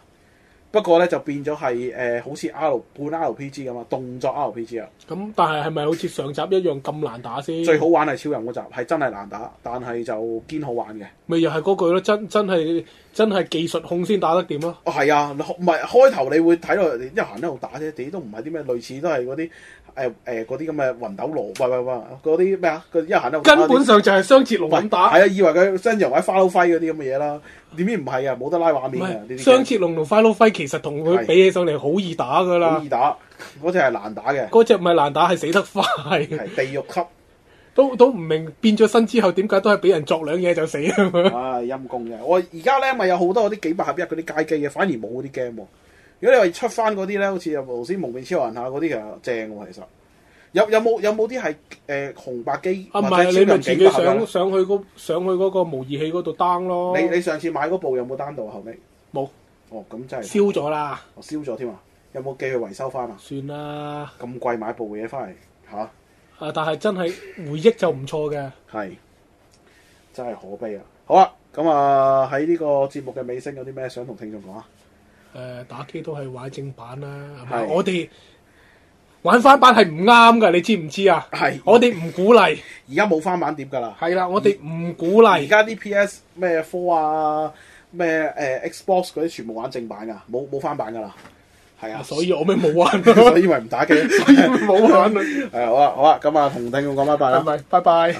B: 不過咧就變咗係誒好似 R 半 RPG 咁啊，動作 RPG 啊。
C: 咁但係係咪好似上集一樣咁難打先？
B: 最好玩係超人嗰集，係真係難打，但係就堅好玩嘅。
C: 咪又係嗰句咯，真真係真係技術控先打得掂咯。
B: 哦，係啊，你唔係開頭你會睇到人哋一行一路打啫，啲都唔係啲咩類似，都係嗰啲誒誒嗰啲咁嘅雲斗羅，喂喂喂，嗰啲咩啊？嗰啲一行一路打
C: 根本上就係雙截龍
B: 喂
C: 咁打，
B: 係啊，以為佢真人或者花撈輝嗰啲咁嘅嘢啦，點知唔係啊，冇得拉畫
C: 唔
B: 面啊，呢啲
C: 係雙截龍同 Final Fight 其實同佢
B: 係
C: 比起上嚟好易打噶
B: 好
C: 啦
B: 易。打，嗰只係難打 嘅，
C: 嗰只唔係難打，係死得快，
B: 係地獄級。
C: 都都唔明變咗身之後點解都係俾人作兩嘢就死啊咁 樣
B: 唉，陰公嘅。我而家咧咪有好多嗰啲幾百合一嗰啲街機嘅，反而冇嗰啲 game 喎。如果你話出翻嗰啲咧，好似又頭先蒙面超人啊嗰啲，其實正喎。其實有有冇有冇啲係誒紅白機
C: 啊，唔
B: 或者
C: 係
B: 超
C: 你咪
B: 人
C: 自
B: 幾
C: 己
B: 百合一
C: 上
B: 呢
C: 上去嗰上去嗰個模擬器嗰度 down 咯，
B: 你你上次買嗰部有冇單到啊後尾？
C: 冇
B: 哦，咁真係
C: 燒咗啦，
B: 我燒咗添啊！有冇寄去維修翻啊？
C: 算啦。
B: 咁貴買部嘢翻嚟嚇，
C: 啊，但係真係回憶就唔錯嘅。
B: 係真係可悲啊！好啦，咁啊喺呢個節目嘅尾聲有啲咩想同聽眾講啊？
C: 誒、呃打機都係玩正版啦，係咪？
B: 係
C: 我哋玩翻版係唔啱噶，你知唔知 啊？
B: 係
C: 我哋唔鼓勵，
B: 而家冇翻版碟㗎啦。
C: 係啦，我哋唔鼓勵。
B: 而家啲 PS 咩 Four 啊，咩誒、呃 Xbox 嗰啲全部玩正版噶，冇冇翻版噶啦，係啊，
C: 所以我咪冇玩
B: 所
C: 咯，
B: 以咪唔打機，
C: 冇玩啦，
B: 啊係好啦好啦，咁啊同聽眾講拜拜啦
C: 係。咪？拜拜。